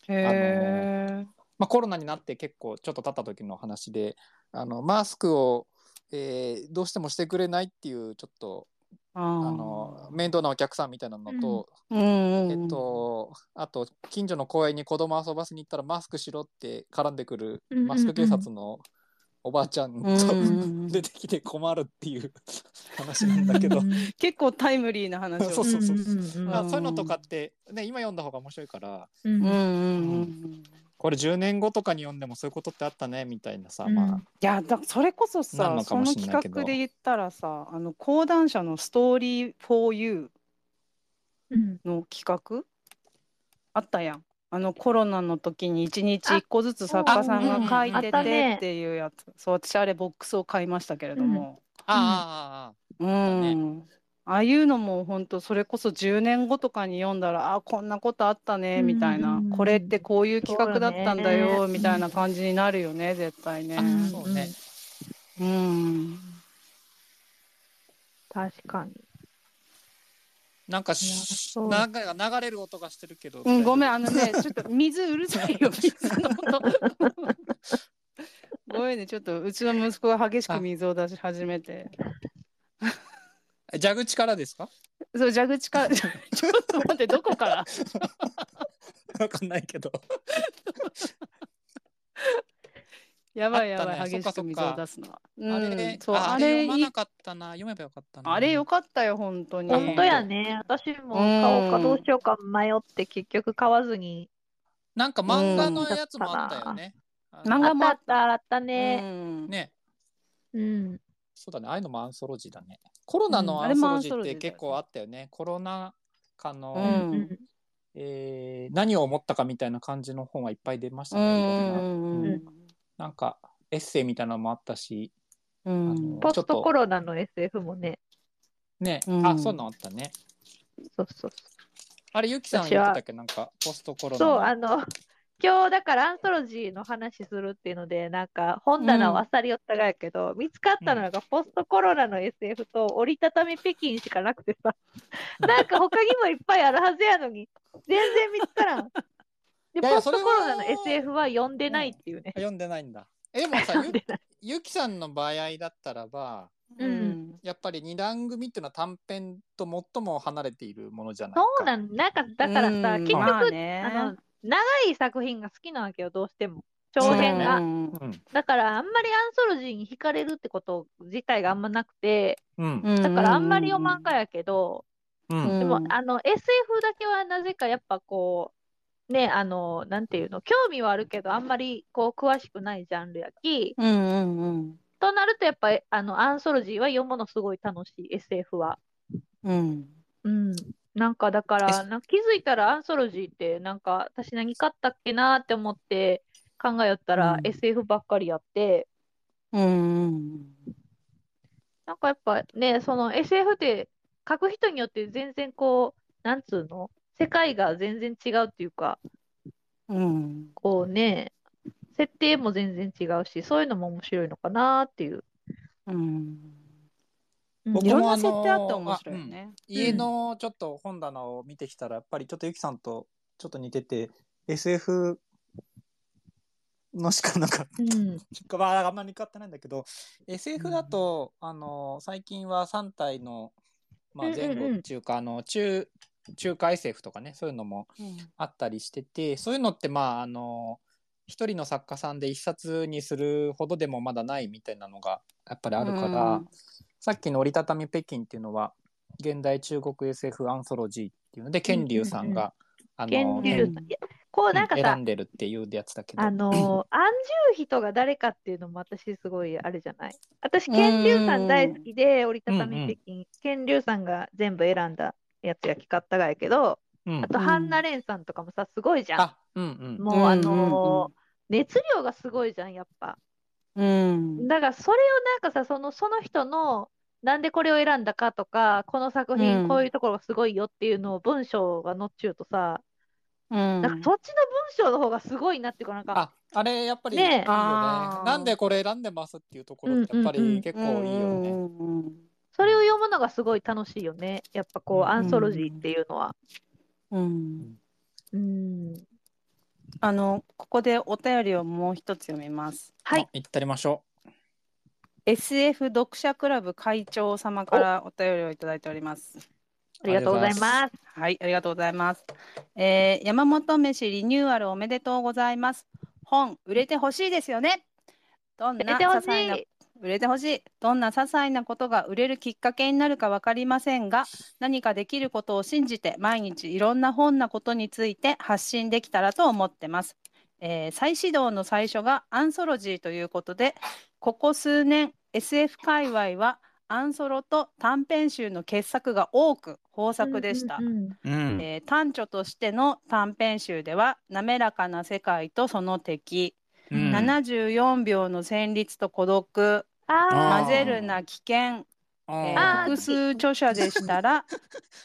Speaker 1: へー
Speaker 3: まあ、コロナになって結構ちょっと経った時の話であのマスクを、えーどうしてもしてくれないっていうちょっと
Speaker 1: あ
Speaker 3: あ
Speaker 1: ー
Speaker 3: の面倒なお客さんみたいなのと、
Speaker 1: うんうんうん
Speaker 3: えっと、あと近所の公園に子供遊ばせに行ったらマスクしろって絡んでくる
Speaker 2: うんうんうん
Speaker 3: マスク警察のおばあちゃんと、
Speaker 1: うんうんうん
Speaker 3: [LAUGHS] 出てきて困るっていう [LAUGHS] 話なん [LAUGHS] だけど、
Speaker 1: 結構タイムリーな話を。
Speaker 3: そうそうそう
Speaker 2: うん
Speaker 3: まあそういうのとかって、ね、今読んだ方が面白いから
Speaker 2: うん
Speaker 1: うんうん
Speaker 2: うん
Speaker 1: うん。
Speaker 3: これ10年後とかに読んでもそういうことってあったねみたいなさ、
Speaker 2: うん
Speaker 3: まあ
Speaker 1: いやだそれこそ
Speaker 3: なる
Speaker 1: さ
Speaker 3: のか
Speaker 1: その
Speaker 3: もしれないけ
Speaker 1: 企
Speaker 3: ど
Speaker 1: 画で言ったらさあの講談社の「ストーリー・フォー・ユ
Speaker 2: うん
Speaker 1: ー」の企画あったやんあのコロナの時に1日1個ずつ作家さんが書いて
Speaker 2: あうんうんうんあったね
Speaker 1: てっていうやつそう私あれボックスを買いましたけれども
Speaker 3: ああああああ
Speaker 1: う
Speaker 3: ね
Speaker 1: んああいうのも本当それこそ10年後とかに読んだらあこんなことあったねみたい
Speaker 2: うん
Speaker 1: な
Speaker 2: うんうん
Speaker 1: これってこういう企画だったんだ
Speaker 2: そう
Speaker 1: よ
Speaker 2: だね
Speaker 1: みたいな感じになるよね絶対ね。
Speaker 2: うん
Speaker 3: そうね
Speaker 1: うん
Speaker 2: 確かに。
Speaker 3: なんか
Speaker 2: いや
Speaker 3: し
Speaker 2: そう
Speaker 3: なんか流れる音がしてるけど、
Speaker 1: うん、ごめん、
Speaker 3: 大
Speaker 1: あの
Speaker 3: [LAUGHS]
Speaker 1: ね、ちょっと水うるさいよ、水の音。 [LAUGHS] ごめんね、ちょっとうちの息子が激しく水を出し始めて。
Speaker 3: 丈夫蛇口からですか
Speaker 1: そう、蛇口から、ちょちょっと待って、どこから
Speaker 3: [LAUGHS] わかんないけど
Speaker 1: やばいやば
Speaker 3: あった
Speaker 1: い、
Speaker 3: ね
Speaker 1: 激しく水を出すのは。
Speaker 3: あれ,、
Speaker 1: うん、そう、
Speaker 3: あ
Speaker 1: あ
Speaker 3: あれ
Speaker 1: れ、
Speaker 3: 読ま
Speaker 1: い
Speaker 3: なかったな読めばよかったな
Speaker 1: あれよかったよ、本当に。
Speaker 2: 本当やね。私も買おうかどうしようか迷って結局買わずに。
Speaker 3: なんか漫画のやつもあったよね。
Speaker 1: うん
Speaker 3: あ
Speaker 1: 漫画
Speaker 3: の
Speaker 2: あっ
Speaker 1: も
Speaker 2: たあったあった
Speaker 1: う
Speaker 2: ね。
Speaker 1: ん。
Speaker 3: ね、
Speaker 2: うん。
Speaker 3: そうだね、ああいうのもアンソロジーだね。コロナ
Speaker 2: う
Speaker 3: の
Speaker 1: ん
Speaker 3: ア
Speaker 1: あれ
Speaker 3: ンソ
Speaker 1: も
Speaker 3: ロジー
Speaker 1: ア
Speaker 3: っ
Speaker 1: ンソロジーだよ
Speaker 3: て
Speaker 1: ね
Speaker 3: 結構あったよね。コロナ禍の、
Speaker 1: うん
Speaker 2: うん
Speaker 3: えー何を思ったかみたいな感じの本はいっぱい出ました
Speaker 1: う
Speaker 3: ね。いろんな。
Speaker 1: んうん
Speaker 3: なんかエッセイみたいなのもあったし、
Speaker 1: う
Speaker 3: あ
Speaker 1: ん
Speaker 3: の
Speaker 2: ポストコロナの SF もね。
Speaker 3: ね、
Speaker 1: うん
Speaker 3: あ、そういうのあったね。
Speaker 2: そうそうそう。
Speaker 3: あれ、ゆきさん言ってたっけなんか、ポストコロナ
Speaker 2: そう、
Speaker 3: の
Speaker 2: あの、今日だからアンソロジーの話するっていうので、なんか本棚をあさり寄ったがやけど、見つかったのがポストコロナの SF と折りたたみ北京しかなくてさ、 [LAUGHS] なんか他にもいっぱいあるはずやのに、全然見つからん。で、
Speaker 3: いやいや
Speaker 2: ポストコロナの
Speaker 3: それは
Speaker 2: SF は読んでないっていうね。
Speaker 3: 読んでないんだ。え、でもさ、
Speaker 2: 読ん
Speaker 3: ゆ
Speaker 2: でない。
Speaker 3: ゆきさんの場合だったらば、
Speaker 2: うん
Speaker 3: やっぱり二段組っていうのは短編と最も離れているものじゃないか。
Speaker 2: そうなんなんか、だから
Speaker 1: うん
Speaker 2: さ、結局、
Speaker 1: まあ
Speaker 2: あの
Speaker 1: ね、
Speaker 2: 長い作品が好きなわけよ、どうしても。長編が。
Speaker 1: うん
Speaker 3: うん。
Speaker 2: だからあんまりアンソロジーに惹かれるってこと自体があんまなくて、
Speaker 3: うん。
Speaker 1: うん
Speaker 2: だからあんまり読まんかやけど、
Speaker 3: うん。
Speaker 2: でも
Speaker 1: うん
Speaker 2: あの SF だけはなぜかやっぱこう、ね、あの、なんていうの、興味はあるけど、あんまりこう詳しくないジャンルやき、
Speaker 1: うんうんうん
Speaker 2: となるとやっぱりあのアンソロジーは読むのすごい楽しい、SF は。
Speaker 1: うん
Speaker 2: うん。なんかだから、
Speaker 3: え
Speaker 2: なんか気づいたらアンソロジーって、なんか私何買ったっけなって思って考えよったら
Speaker 1: うん
Speaker 2: SF ばっかりやって、
Speaker 1: うんうん
Speaker 2: なんかやっぱね、その SF って書く人によって全然こう、なんつうの、世界が全然違うっていうか、
Speaker 1: うん
Speaker 2: こうね、設定も全然違うし、そういうのも面白いのかなっていう。
Speaker 1: うん
Speaker 2: うん
Speaker 3: 僕
Speaker 1: いろん
Speaker 3: もあ
Speaker 1: な
Speaker 3: の
Speaker 1: 設定あって面白いよね。
Speaker 3: 家のちょっと本棚を見てきたら、やっぱりちょっとゆきさんとちょっと似てて、SF のしかなかっ
Speaker 2: うん、
Speaker 3: た。まあ、あんまり買ってないんだけど、SF だと、あの、最近は3体の、まあ、
Speaker 2: うんうん
Speaker 3: 前
Speaker 2: うん
Speaker 3: 後っていうか、あの、中、中華 SF とかね、そういうのもあったりしてて、そういうのって、まあ、あの、一人の作家さんで一冊にするほどでもまだないみたいなのがやっぱりあるから、
Speaker 1: うん
Speaker 3: さっきの折りたたみ北京っていうのは現代中国 SF アンソロジーっていうので乾隆さんが、あの
Speaker 2: 源流さんいやこうなんか
Speaker 3: 選
Speaker 2: さ、
Speaker 3: んでるっていうやつだけど
Speaker 2: あの、安住人が誰かっていうのも私すごいあれじゃない。私、源流さん大好きで、折りたたみ北京、源流さんが全部選んだやつやき買ったがやけど、
Speaker 3: うん
Speaker 2: あと、ハンナレンさんとかもさ、すごいじゃん。
Speaker 3: あうんうん
Speaker 2: もうあのー熱量がすごいじゃん、やっぱ。
Speaker 1: うん
Speaker 2: だからそれをなんかさ、そのその人のなんでこれを選んだかとか、この作
Speaker 1: う
Speaker 2: 品
Speaker 1: ん
Speaker 2: こういうところがすごいよっていうのを文章が載っちゅうとさ、
Speaker 1: うん
Speaker 2: なんかそっちの文章の方がすごいなっていうか、なんか、
Speaker 3: ああれやっぱりいいよ
Speaker 2: ねえ
Speaker 3: ね
Speaker 1: あー
Speaker 3: なんでこれ選んでますっていうところってやっぱ
Speaker 2: うんうんうん
Speaker 3: り結構いいよね
Speaker 2: それを読むのがすごい楽しいよね。やっぱ
Speaker 3: う
Speaker 2: こう、
Speaker 3: ん
Speaker 2: アンソロジーっていうのは。
Speaker 1: うん
Speaker 2: うん。
Speaker 1: あのここでお便りをもう一つ読みます。
Speaker 2: はい
Speaker 3: あ。行ったりましょ
Speaker 1: SF 読者クラブ会長様からお便りをいただいております。
Speaker 2: ありがとうございます。
Speaker 1: はい、ありがとうございます。えー山本飯リニューアルおめでとうございます。本、売れてほしいですよね。どん
Speaker 2: 売れ
Speaker 1: な
Speaker 2: て
Speaker 1: 些
Speaker 2: ほし。
Speaker 1: 細ない売れてほしい。どんな些細なことが売れるきっかけになるか分かりませんが、何かできることを信じて、毎日いろんな本なことについて発信できたらと思ってます。えー再始動の最初がアンソロジーということで、ここ数年、SF 界隈はアンソロと短編集の傑作が多く豊作でした
Speaker 2: うん。うん
Speaker 3: ううん
Speaker 1: えー短著としての短編集では「滑らかな世界とその敵」
Speaker 3: うん
Speaker 1: 74秒の旋律と孤独」「
Speaker 2: あ
Speaker 3: あー
Speaker 1: 混ぜるな危険」えー
Speaker 2: あー
Speaker 1: 複数著者でしたら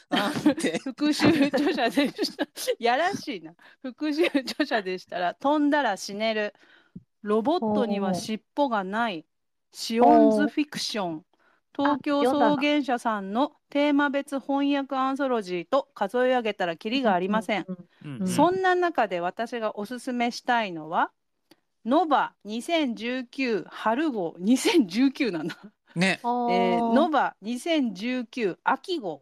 Speaker 3: あーって
Speaker 1: 復習著者でしたやらしいな復習著者でしたら「飛んだら死ねる」「ロボットには尻尾がない」「シオンズフィクション」東京草原社さんのテーマ別翻訳アンソロジーと数え上げたらキリがありません。
Speaker 2: う
Speaker 3: うん
Speaker 1: そんな中で私がおすすめしたいのは、ノバ2019春号、2019なんだ。
Speaker 3: ね
Speaker 2: ん
Speaker 1: えー
Speaker 2: おー
Speaker 1: ノバ2019秋号、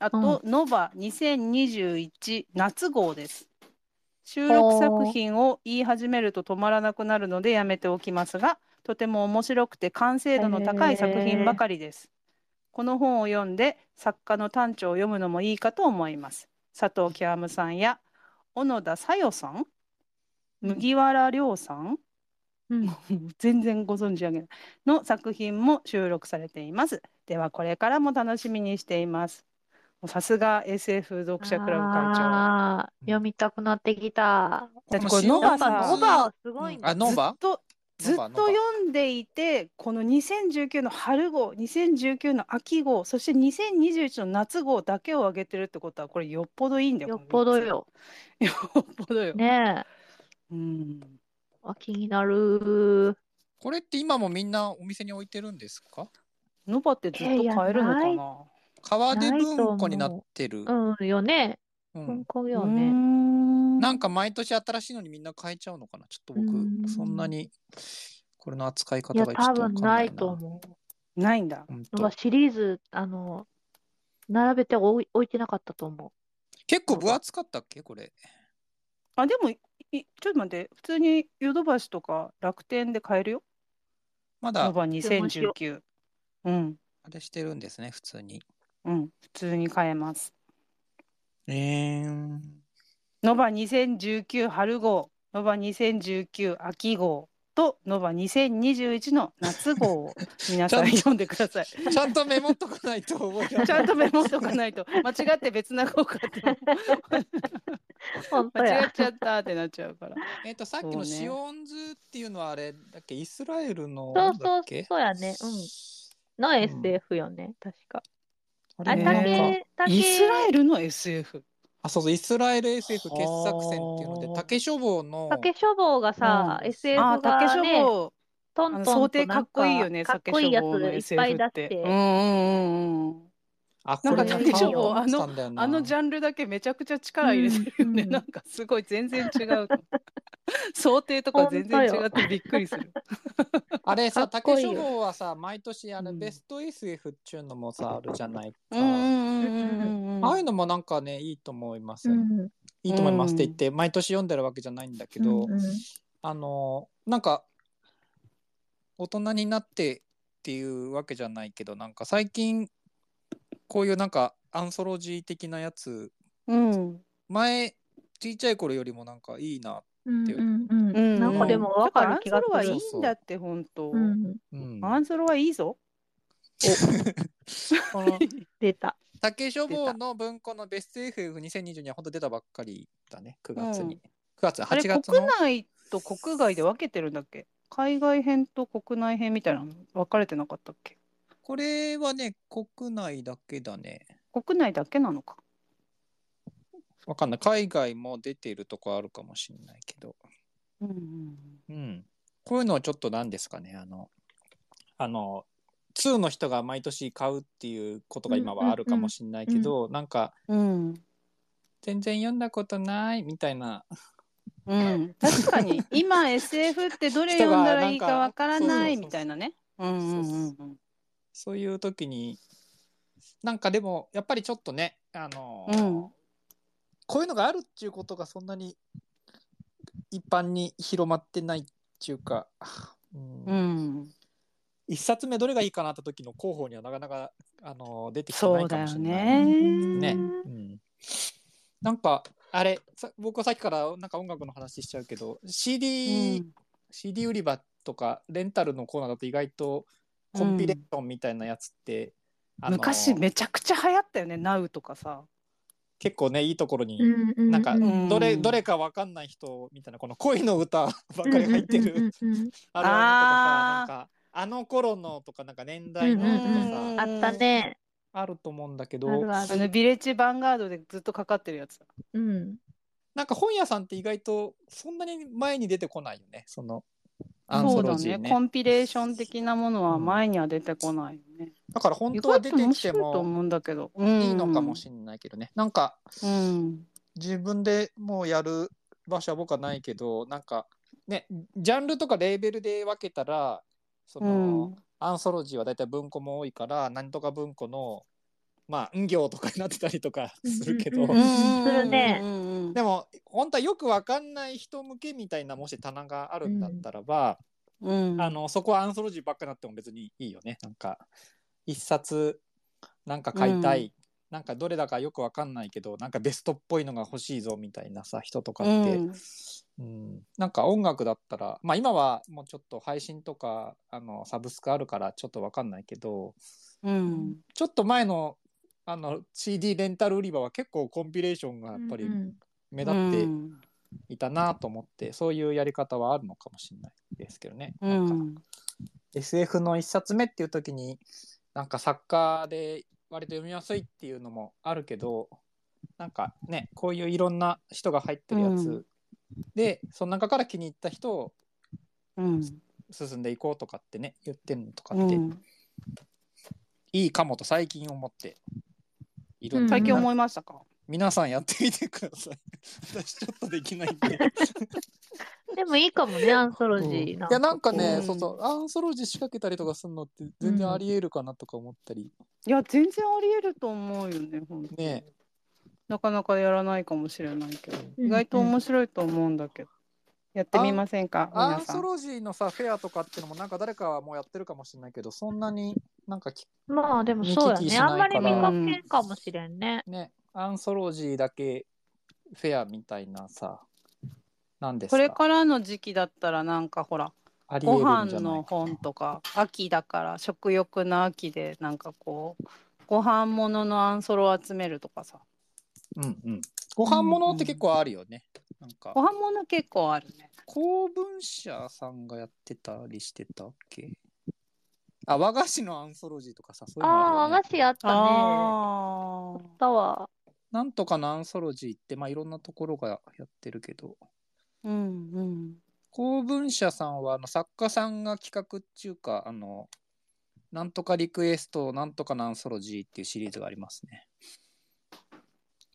Speaker 1: あと、ノバ2021夏号です。収録作品を言い始めると止まらなくなるのでやめておきますが、とても面白くて完成度の高い作品ばかりです。この本を読んで作家の短調を読むのもいいかと思います。佐藤極さんや小野田さよさん、麦わら涼さん、
Speaker 2: うん
Speaker 1: 全然ご存知あげないの作品も収録されています。ではこれからも楽しみにしています。もうさすが SF 読者クラブ会長。
Speaker 2: あー読みたくなってきた。
Speaker 1: だってこれ
Speaker 3: の
Speaker 1: ノバ
Speaker 2: やっぱ
Speaker 1: さ
Speaker 2: ノバはすごいんだ
Speaker 3: あノバ
Speaker 1: ずっとずっと読んでいて、この2019の春号、2019の秋号、そして2021の夏号だけを上げてるってことは、これよっぽどいいんだよ、
Speaker 2: よっぽ
Speaker 1: こ
Speaker 2: ど
Speaker 1: の三つ。
Speaker 2: よ。
Speaker 1: よっぽどよ。
Speaker 2: ねえ。
Speaker 1: うん。
Speaker 2: あ、気になる。
Speaker 3: これって今もみんなお店に置いてるんですか
Speaker 1: ノバってずっと買えるのか
Speaker 2: いやい
Speaker 1: な
Speaker 3: 川で
Speaker 2: ないと思う
Speaker 3: 文庫になってる。
Speaker 2: うん、よね。
Speaker 3: うん
Speaker 2: 文庫
Speaker 1: う
Speaker 2: よ
Speaker 1: ー
Speaker 2: ね。
Speaker 1: ん
Speaker 3: なんか毎年新しいのにみんな変えちゃうのかなちょっと
Speaker 2: うん
Speaker 3: 僕、そんなに、これの扱い
Speaker 2: い
Speaker 3: 方
Speaker 2: や、
Speaker 3: がちょ
Speaker 2: 多
Speaker 3: っとわか
Speaker 2: 分
Speaker 3: ん
Speaker 2: な
Speaker 3: ないい
Speaker 2: と
Speaker 3: な。
Speaker 2: 思
Speaker 1: ないんだ。
Speaker 3: 本
Speaker 2: う。のが
Speaker 3: 当
Speaker 2: シリーズ、あの、並べて置い置いてなかったと思
Speaker 3: 結構分厚かったっけこれ。
Speaker 1: あ、でも、いいちょっと待って、普通にヨドバシとか楽天で買えるよ。
Speaker 3: ま
Speaker 1: ノ
Speaker 3: だ、
Speaker 1: バ
Speaker 2: 注文しよ
Speaker 1: 2019。うん、
Speaker 3: あれしてるんですね、普通に。
Speaker 1: うん、普通に買えます。
Speaker 3: えー、
Speaker 1: ノバ2019春号、ノバ2019秋号とノバ2021の夏号
Speaker 2: [LAUGHS]
Speaker 1: を皆さん
Speaker 3: ちゃんと
Speaker 1: 読んでください。
Speaker 3: ちゃんとメモっとかないと覚えられ
Speaker 1: ち
Speaker 3: ない。
Speaker 1: ゃんとメモしとかないと、間違って別な号買って
Speaker 2: [LAUGHS]
Speaker 1: も
Speaker 2: う。本当
Speaker 1: 間違っ
Speaker 2: や。
Speaker 1: ちゃったってなっちゃうから。
Speaker 3: [LAUGHS] えっと、さっき
Speaker 1: そう
Speaker 3: の
Speaker 1: ね
Speaker 3: シオンズっていうのはあれだっけイスラエルの
Speaker 2: そ
Speaker 3: な
Speaker 2: うん
Speaker 3: だ
Speaker 2: そう
Speaker 3: っけ、
Speaker 2: そうやね。うん。の SF よね、確か。あれ、
Speaker 1: ね
Speaker 3: なんか
Speaker 2: 竹、竹、
Speaker 1: イスラエルの SF。
Speaker 3: あ、そうそう、イスラエル SF 傑作選っていうので
Speaker 1: は、あ
Speaker 3: 竹書房の、
Speaker 2: 竹書房がさ、
Speaker 1: うん
Speaker 2: SF
Speaker 1: ああ、竹
Speaker 2: が
Speaker 1: 書
Speaker 2: ね、
Speaker 1: 房。
Speaker 2: ト
Speaker 1: あ
Speaker 2: ン
Speaker 1: の
Speaker 2: ト
Speaker 1: 想
Speaker 2: ンと
Speaker 1: 定
Speaker 2: な
Speaker 1: か
Speaker 2: ん
Speaker 1: っこいいよね、
Speaker 2: かっ
Speaker 1: 酒
Speaker 2: こいい
Speaker 1: 処
Speaker 2: や
Speaker 1: 方の
Speaker 2: ついっぱ
Speaker 1: SF
Speaker 2: い
Speaker 1: っ。
Speaker 2: 出してて、
Speaker 1: うんうんうんうん。
Speaker 3: あ、こ
Speaker 1: なん
Speaker 3: れ
Speaker 1: か
Speaker 2: 竹書房
Speaker 3: あの、
Speaker 1: あのジ
Speaker 3: ゃ
Speaker 1: ャンルだけめちゃくちゃ力入れてるよね。
Speaker 2: う
Speaker 1: [LAUGHS]
Speaker 2: ん
Speaker 1: なんかすごい全然違う。 [LAUGHS] 想定とか全然違ってびっくりす [LAUGHS] る。
Speaker 3: あれさ、
Speaker 2: かっこ
Speaker 3: 竹
Speaker 2: いいよ
Speaker 3: 書房はさ、毎年あれ、
Speaker 1: うん
Speaker 3: ベスト SF っちゅうのもさ、あるじゃないか。
Speaker 1: うんうんうんうん。
Speaker 3: ああいうのもなんかね、いいと思いますよね、
Speaker 2: うん
Speaker 3: いいと思いますって言って、毎年読んでるわけじゃないんだけど、
Speaker 2: うんうん
Speaker 3: あのなんか大人になってっていうわけじゃないけどなんか最近こういうなんかアンソロジー的なやつ
Speaker 1: うん。
Speaker 3: 前ちっちゃい頃よりもなんかいいな、
Speaker 2: うんうんうん
Speaker 1: うん
Speaker 2: なんかでもわかる気が
Speaker 1: アンソロは
Speaker 2: す
Speaker 1: い
Speaker 2: る。
Speaker 1: いんだって、本当
Speaker 2: う。ん、
Speaker 3: うん、
Speaker 1: アンソロはいい [LAUGHS] ぞ。
Speaker 3: この
Speaker 2: 出た。
Speaker 3: 竹書房の文庫のベスト FF2020 には本当出たばっかりだね9月に、
Speaker 1: うん
Speaker 3: 9月
Speaker 1: あれ、
Speaker 3: 8
Speaker 1: 国
Speaker 3: 月の
Speaker 1: 内と国外で分けてるんだっけ海外編と国内編みたいなの分かれてなかったっけ
Speaker 3: これはね国内だけだね
Speaker 1: 国内だけなのか。
Speaker 3: わかんない海外も出てるとこあるかもしれないけど
Speaker 1: うんうんうん。
Speaker 3: うん、こういうのはちょっと何ですかねあのあの2の人が毎年買うっていうことが今はあるかもしれないけど、なんか
Speaker 1: うん、
Speaker 3: 全然読んだことないみたいな
Speaker 1: うん、確か [LAUGHS] に今 SF ってどれ読んだらいいかわからないみたいなね。うんうんうんうん
Speaker 3: そういう時になんかでもやっぱりちょっとねあの、
Speaker 1: うん
Speaker 3: こういうのがあるっていうことがそんなに一般に広まってないっていうか、うん
Speaker 1: うん、
Speaker 3: 一冊目どれがいいかなって時の候補にはなかなかあの出てきてな
Speaker 1: そう
Speaker 3: いか
Speaker 1: だ
Speaker 3: もし
Speaker 1: よ
Speaker 3: れない。
Speaker 1: ね。
Speaker 3: ね、うん、なんかあれさ僕はさっきからなんか音楽の話しちゃうけど CD,、CD 売り場とかレンタルのコーナーだと意外とコンピレーションみたいなやつって、あの
Speaker 1: 昔めちゃくちゃ流行ったよね、NOW とかさ。
Speaker 3: 結構ねいいところに、
Speaker 2: な
Speaker 3: なんか
Speaker 1: うん
Speaker 3: どれどれかわかんない人みたいなこの恋の歌 [LAUGHS] ばっかり入ってる [LAUGHS] アルバムとかさなんかあの頃のとかなんか年代のとかさ、
Speaker 1: うん
Speaker 2: あったね。
Speaker 3: あると思うんだけ
Speaker 2: あ
Speaker 3: ど
Speaker 2: るあ
Speaker 1: あの
Speaker 2: る。
Speaker 1: ビレッジヴァンガードでずっとかかってるやつ。
Speaker 2: うん。
Speaker 3: なんか本屋さんって意外とそんなに前に出てこないよねそのアン
Speaker 1: そ
Speaker 3: ソ
Speaker 1: うだ
Speaker 3: ロジー
Speaker 1: ね、
Speaker 3: ね。
Speaker 1: コンピレーション的なものは前には出てこないよね。
Speaker 3: だから本
Speaker 1: 意
Speaker 3: 当は
Speaker 1: 外
Speaker 3: 出
Speaker 1: と
Speaker 3: て
Speaker 1: 面
Speaker 3: きて
Speaker 1: 白いと
Speaker 3: も
Speaker 1: 思うんだけど。
Speaker 3: いいのかも
Speaker 1: れ
Speaker 3: しれないけどね、なんか
Speaker 1: ない。うん
Speaker 3: 自分でもうやる場所は僕はないけどなんかねジャンルとかレーベルで分けたらその、
Speaker 1: うん
Speaker 3: アンソロジーは大体文庫も多いから何とか文庫のまあ「ん行」とかになってたりとかするけど、
Speaker 2: うんうんうんするね
Speaker 1: うんうんうん
Speaker 3: でも本当はよく分かんない人向けみたいなもし棚があるんだったらば、
Speaker 1: うん
Speaker 3: あのそこはアンソロジーばっかなっても別にいいよねなんか一冊なんか買いたい、なんかどれだかよくわかんないけどなんかベストっぽいのが欲しいぞみたいなさ人とかって、
Speaker 1: うん
Speaker 3: うんなんか音楽だったらまあ今はもうちょっと配信とかあのサブスクあるからちょっとわかんないけど
Speaker 1: うん
Speaker 3: ちょっと前のあの CD レンタル売り場は結構コンピレーションがやっぱり目立
Speaker 1: う
Speaker 3: って
Speaker 1: ん
Speaker 3: いたなと思って、そういうやり方はあるのかもしれないです。ですけどね。
Speaker 1: う
Speaker 3: なんか
Speaker 1: ん。
Speaker 3: SF の一冊目っていう時になんか作家で割と読みやすいっていうのもあるけどなんかねこういういろんな人が入ってるやつ、
Speaker 1: うん
Speaker 3: でその中から気に入った人を
Speaker 1: うん。
Speaker 3: 進んでいこうとかってね言ってんのとか
Speaker 1: う
Speaker 3: って
Speaker 1: ん。
Speaker 3: いいかもと最近思っているんで、
Speaker 2: うん
Speaker 1: 最近思いましたか
Speaker 3: 皆さんやってみてください [LAUGHS] 私ちょっとできないんで。
Speaker 2: でもいいかもね、アンソロジ
Speaker 3: うんい
Speaker 2: ー。
Speaker 3: やなんか
Speaker 1: う
Speaker 3: ね
Speaker 1: ん
Speaker 3: そうそうアンソロジー仕掛けたりとかするのって全然ありえるかなとか思ったり、
Speaker 1: いや、全然あり得ると思うよね、本当に
Speaker 3: ね
Speaker 1: なかなかやらないかもしれないけど、
Speaker 2: うん
Speaker 1: 意外と面白いと思うんだけど。やってみませんか
Speaker 3: ア
Speaker 1: 皆
Speaker 3: ン
Speaker 1: さ
Speaker 3: ソ
Speaker 1: ん。
Speaker 3: ロジーのさフェアとかってのもなんか誰かはもうやってるかもしれないけどそんなになんかき
Speaker 2: まあでもそう
Speaker 3: 見
Speaker 2: や
Speaker 3: 聞きし
Speaker 2: ね。
Speaker 3: ない
Speaker 2: あんまり見
Speaker 1: から
Speaker 2: かけんかもしれんね。
Speaker 3: ねアンソロジーだけフェアみたいなさなんですか
Speaker 1: これからの時期だったらなんかほら
Speaker 3: ありえる
Speaker 1: ご
Speaker 3: んじ
Speaker 1: 飯
Speaker 3: ゃな
Speaker 1: の
Speaker 3: い
Speaker 1: 本とか秋だから食欲の秋でなんかこうご飯もののアンソロを集めるとかさ
Speaker 3: うんうんご飯物って結構あるよね、なんか
Speaker 1: ご飯もの結構あるね
Speaker 3: 公文社さんがやってたりしてたっけあ和菓子のアンソロジーとかさそういうのある
Speaker 2: あ
Speaker 3: よ
Speaker 2: あ、
Speaker 3: ね
Speaker 2: 和菓子あったね。あ
Speaker 1: あー
Speaker 2: ったわ。
Speaker 3: なんとかのアンソロジーってまあいろんなところがやってるけど
Speaker 1: うんうん
Speaker 3: 公文社さんはあの作家さんが企画っていうかあのなんとかリクエストなんとかのアンソロジーっていうシリーズがありますね。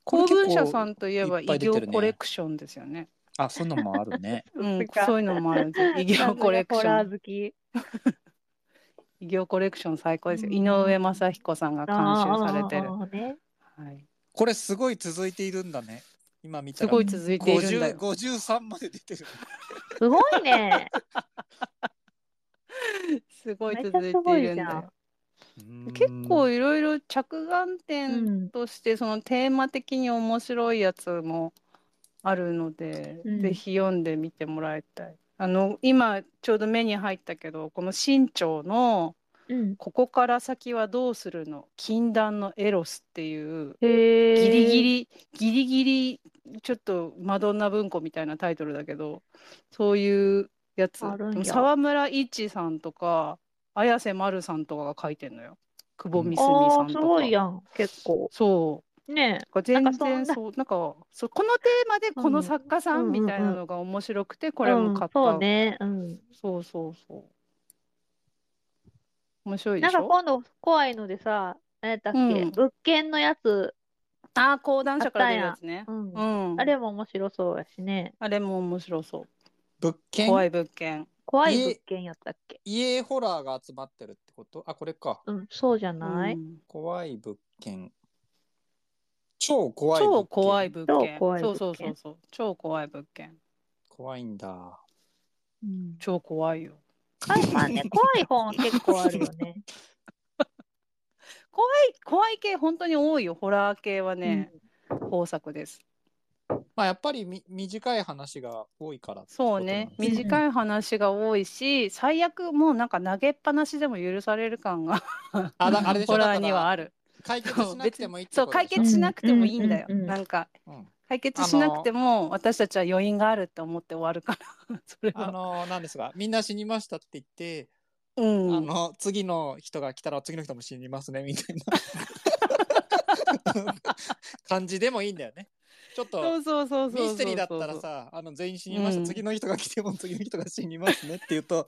Speaker 3: これ
Speaker 1: 公
Speaker 3: 結構
Speaker 1: 文社さんといえば
Speaker 3: いっ
Speaker 1: 異
Speaker 3: ぱい出てる
Speaker 1: 業
Speaker 3: ね
Speaker 1: コレクションですよね
Speaker 3: あそういうのもある
Speaker 1: [LAUGHS]
Speaker 3: ね。
Speaker 1: うんそういうのもあるん
Speaker 2: [LAUGHS]
Speaker 1: ですよ異業コレクショ
Speaker 2: ホラ
Speaker 1: ン
Speaker 2: ー好き。
Speaker 1: 異業コレクション最高ですよ
Speaker 2: うん
Speaker 1: 井上雅彦さんが監修されてる
Speaker 2: あーあーね。
Speaker 1: はい
Speaker 3: これすごい続いているんだね。今見た
Speaker 1: す
Speaker 3: ら
Speaker 1: ごい続いているんだよ
Speaker 3: 50 53まで出てる。
Speaker 2: すごいね。
Speaker 1: すごい
Speaker 2: めっちゃ
Speaker 1: 続い
Speaker 2: すご
Speaker 1: てい
Speaker 2: い
Speaker 1: るん
Speaker 2: じ
Speaker 1: だ
Speaker 2: ゃ
Speaker 1: よ
Speaker 2: ん。
Speaker 1: 結構
Speaker 3: う
Speaker 1: いろいろ着眼
Speaker 2: う
Speaker 1: 点
Speaker 2: ん。
Speaker 1: としてそのテーマ的に面白いやつもあるので、
Speaker 2: うん
Speaker 1: ぜひ読んでみてもらいたい。あの今ちょうど目に入ったけどこの新潮の
Speaker 2: うん。
Speaker 1: 「ここから先はどうするの禁断のエロス」っていう
Speaker 2: へえ。
Speaker 1: ギリギリギリギリちょっとマドンナ文庫みたいなタイトルだけどそういうやつ
Speaker 2: あるんや
Speaker 1: でも沢村一さんとか綾瀬まるさんとかが書いてんのよ久保みすみ
Speaker 2: あ
Speaker 1: さ
Speaker 2: あ、
Speaker 1: ん
Speaker 2: す
Speaker 1: と
Speaker 2: ご
Speaker 1: か
Speaker 2: いやん。結構。
Speaker 1: そう
Speaker 2: ねえ。
Speaker 1: なんか全
Speaker 2: なんかそん
Speaker 1: 然
Speaker 2: な
Speaker 1: そうなんかそうこのテーマでこの作家さ
Speaker 2: うんん
Speaker 1: みたいなのが面白くてこれも買った、
Speaker 2: うんそうね。うん。
Speaker 1: そうそうそう面白いで
Speaker 2: なん
Speaker 1: し
Speaker 2: か
Speaker 1: ょ
Speaker 2: 今度怖いのでさ、何やったっけ、
Speaker 1: うん
Speaker 2: 物件のやつ、
Speaker 1: ああ講談社から出るやつね
Speaker 2: うん
Speaker 1: うん
Speaker 2: あれも面白そうやしね。
Speaker 1: あれも面白そう
Speaker 3: 物
Speaker 1: 怖
Speaker 3: 件
Speaker 1: い物件
Speaker 2: 怖い
Speaker 3: 家
Speaker 2: 物件やったっけ
Speaker 3: 家ホラーが集まってるってことあこれか。
Speaker 2: うん、そうじゃない、
Speaker 1: うん
Speaker 3: 怖い物件。超怖い
Speaker 1: 超
Speaker 3: 物件。
Speaker 1: 怖い物件
Speaker 2: 超怖い物件
Speaker 1: そうそうそうそう超怖い物件
Speaker 3: 怖いんだ。
Speaker 2: うん、
Speaker 1: 超怖いよ
Speaker 2: はい、まあね、怖い本は結構あるよね。
Speaker 1: 怖い怖い系本当に多いよホラー系は [LAUGHS] ね、豊作です
Speaker 3: まあやっぱりみ短い話が多いからってこと
Speaker 1: そ
Speaker 3: な
Speaker 1: うん
Speaker 3: です
Speaker 1: ね
Speaker 3: ね。
Speaker 1: 短い話が多いし最悪もうなんか投げっぱなしでも許される感が
Speaker 3: あだあれでし
Speaker 1: [LAUGHS]
Speaker 3: ょ
Speaker 1: ホラーにはあ
Speaker 3: る。
Speaker 1: る
Speaker 3: 解決しなくてもいいって
Speaker 1: そ
Speaker 3: こ
Speaker 1: う
Speaker 3: と
Speaker 1: 解
Speaker 3: でしょ
Speaker 1: 決しなくてもいいんだよ、
Speaker 2: うんうんうんうん
Speaker 1: なんか
Speaker 3: うん
Speaker 1: 解決しなくても私たちは余韻があるって思って終わるから [LAUGHS] それ
Speaker 3: あ
Speaker 1: は
Speaker 3: のなんですがみんな死にましたって言って、
Speaker 1: うん
Speaker 3: あの次の人が来たら次の人も死にますねみたいな感じでもいいんだよね。ちょっ
Speaker 1: そ
Speaker 3: と
Speaker 1: うそうそうそうそうそう
Speaker 3: ミステリーだったらさあの全員死にました、
Speaker 1: うん
Speaker 3: 次の人が来ても次の人が死にますねって言うと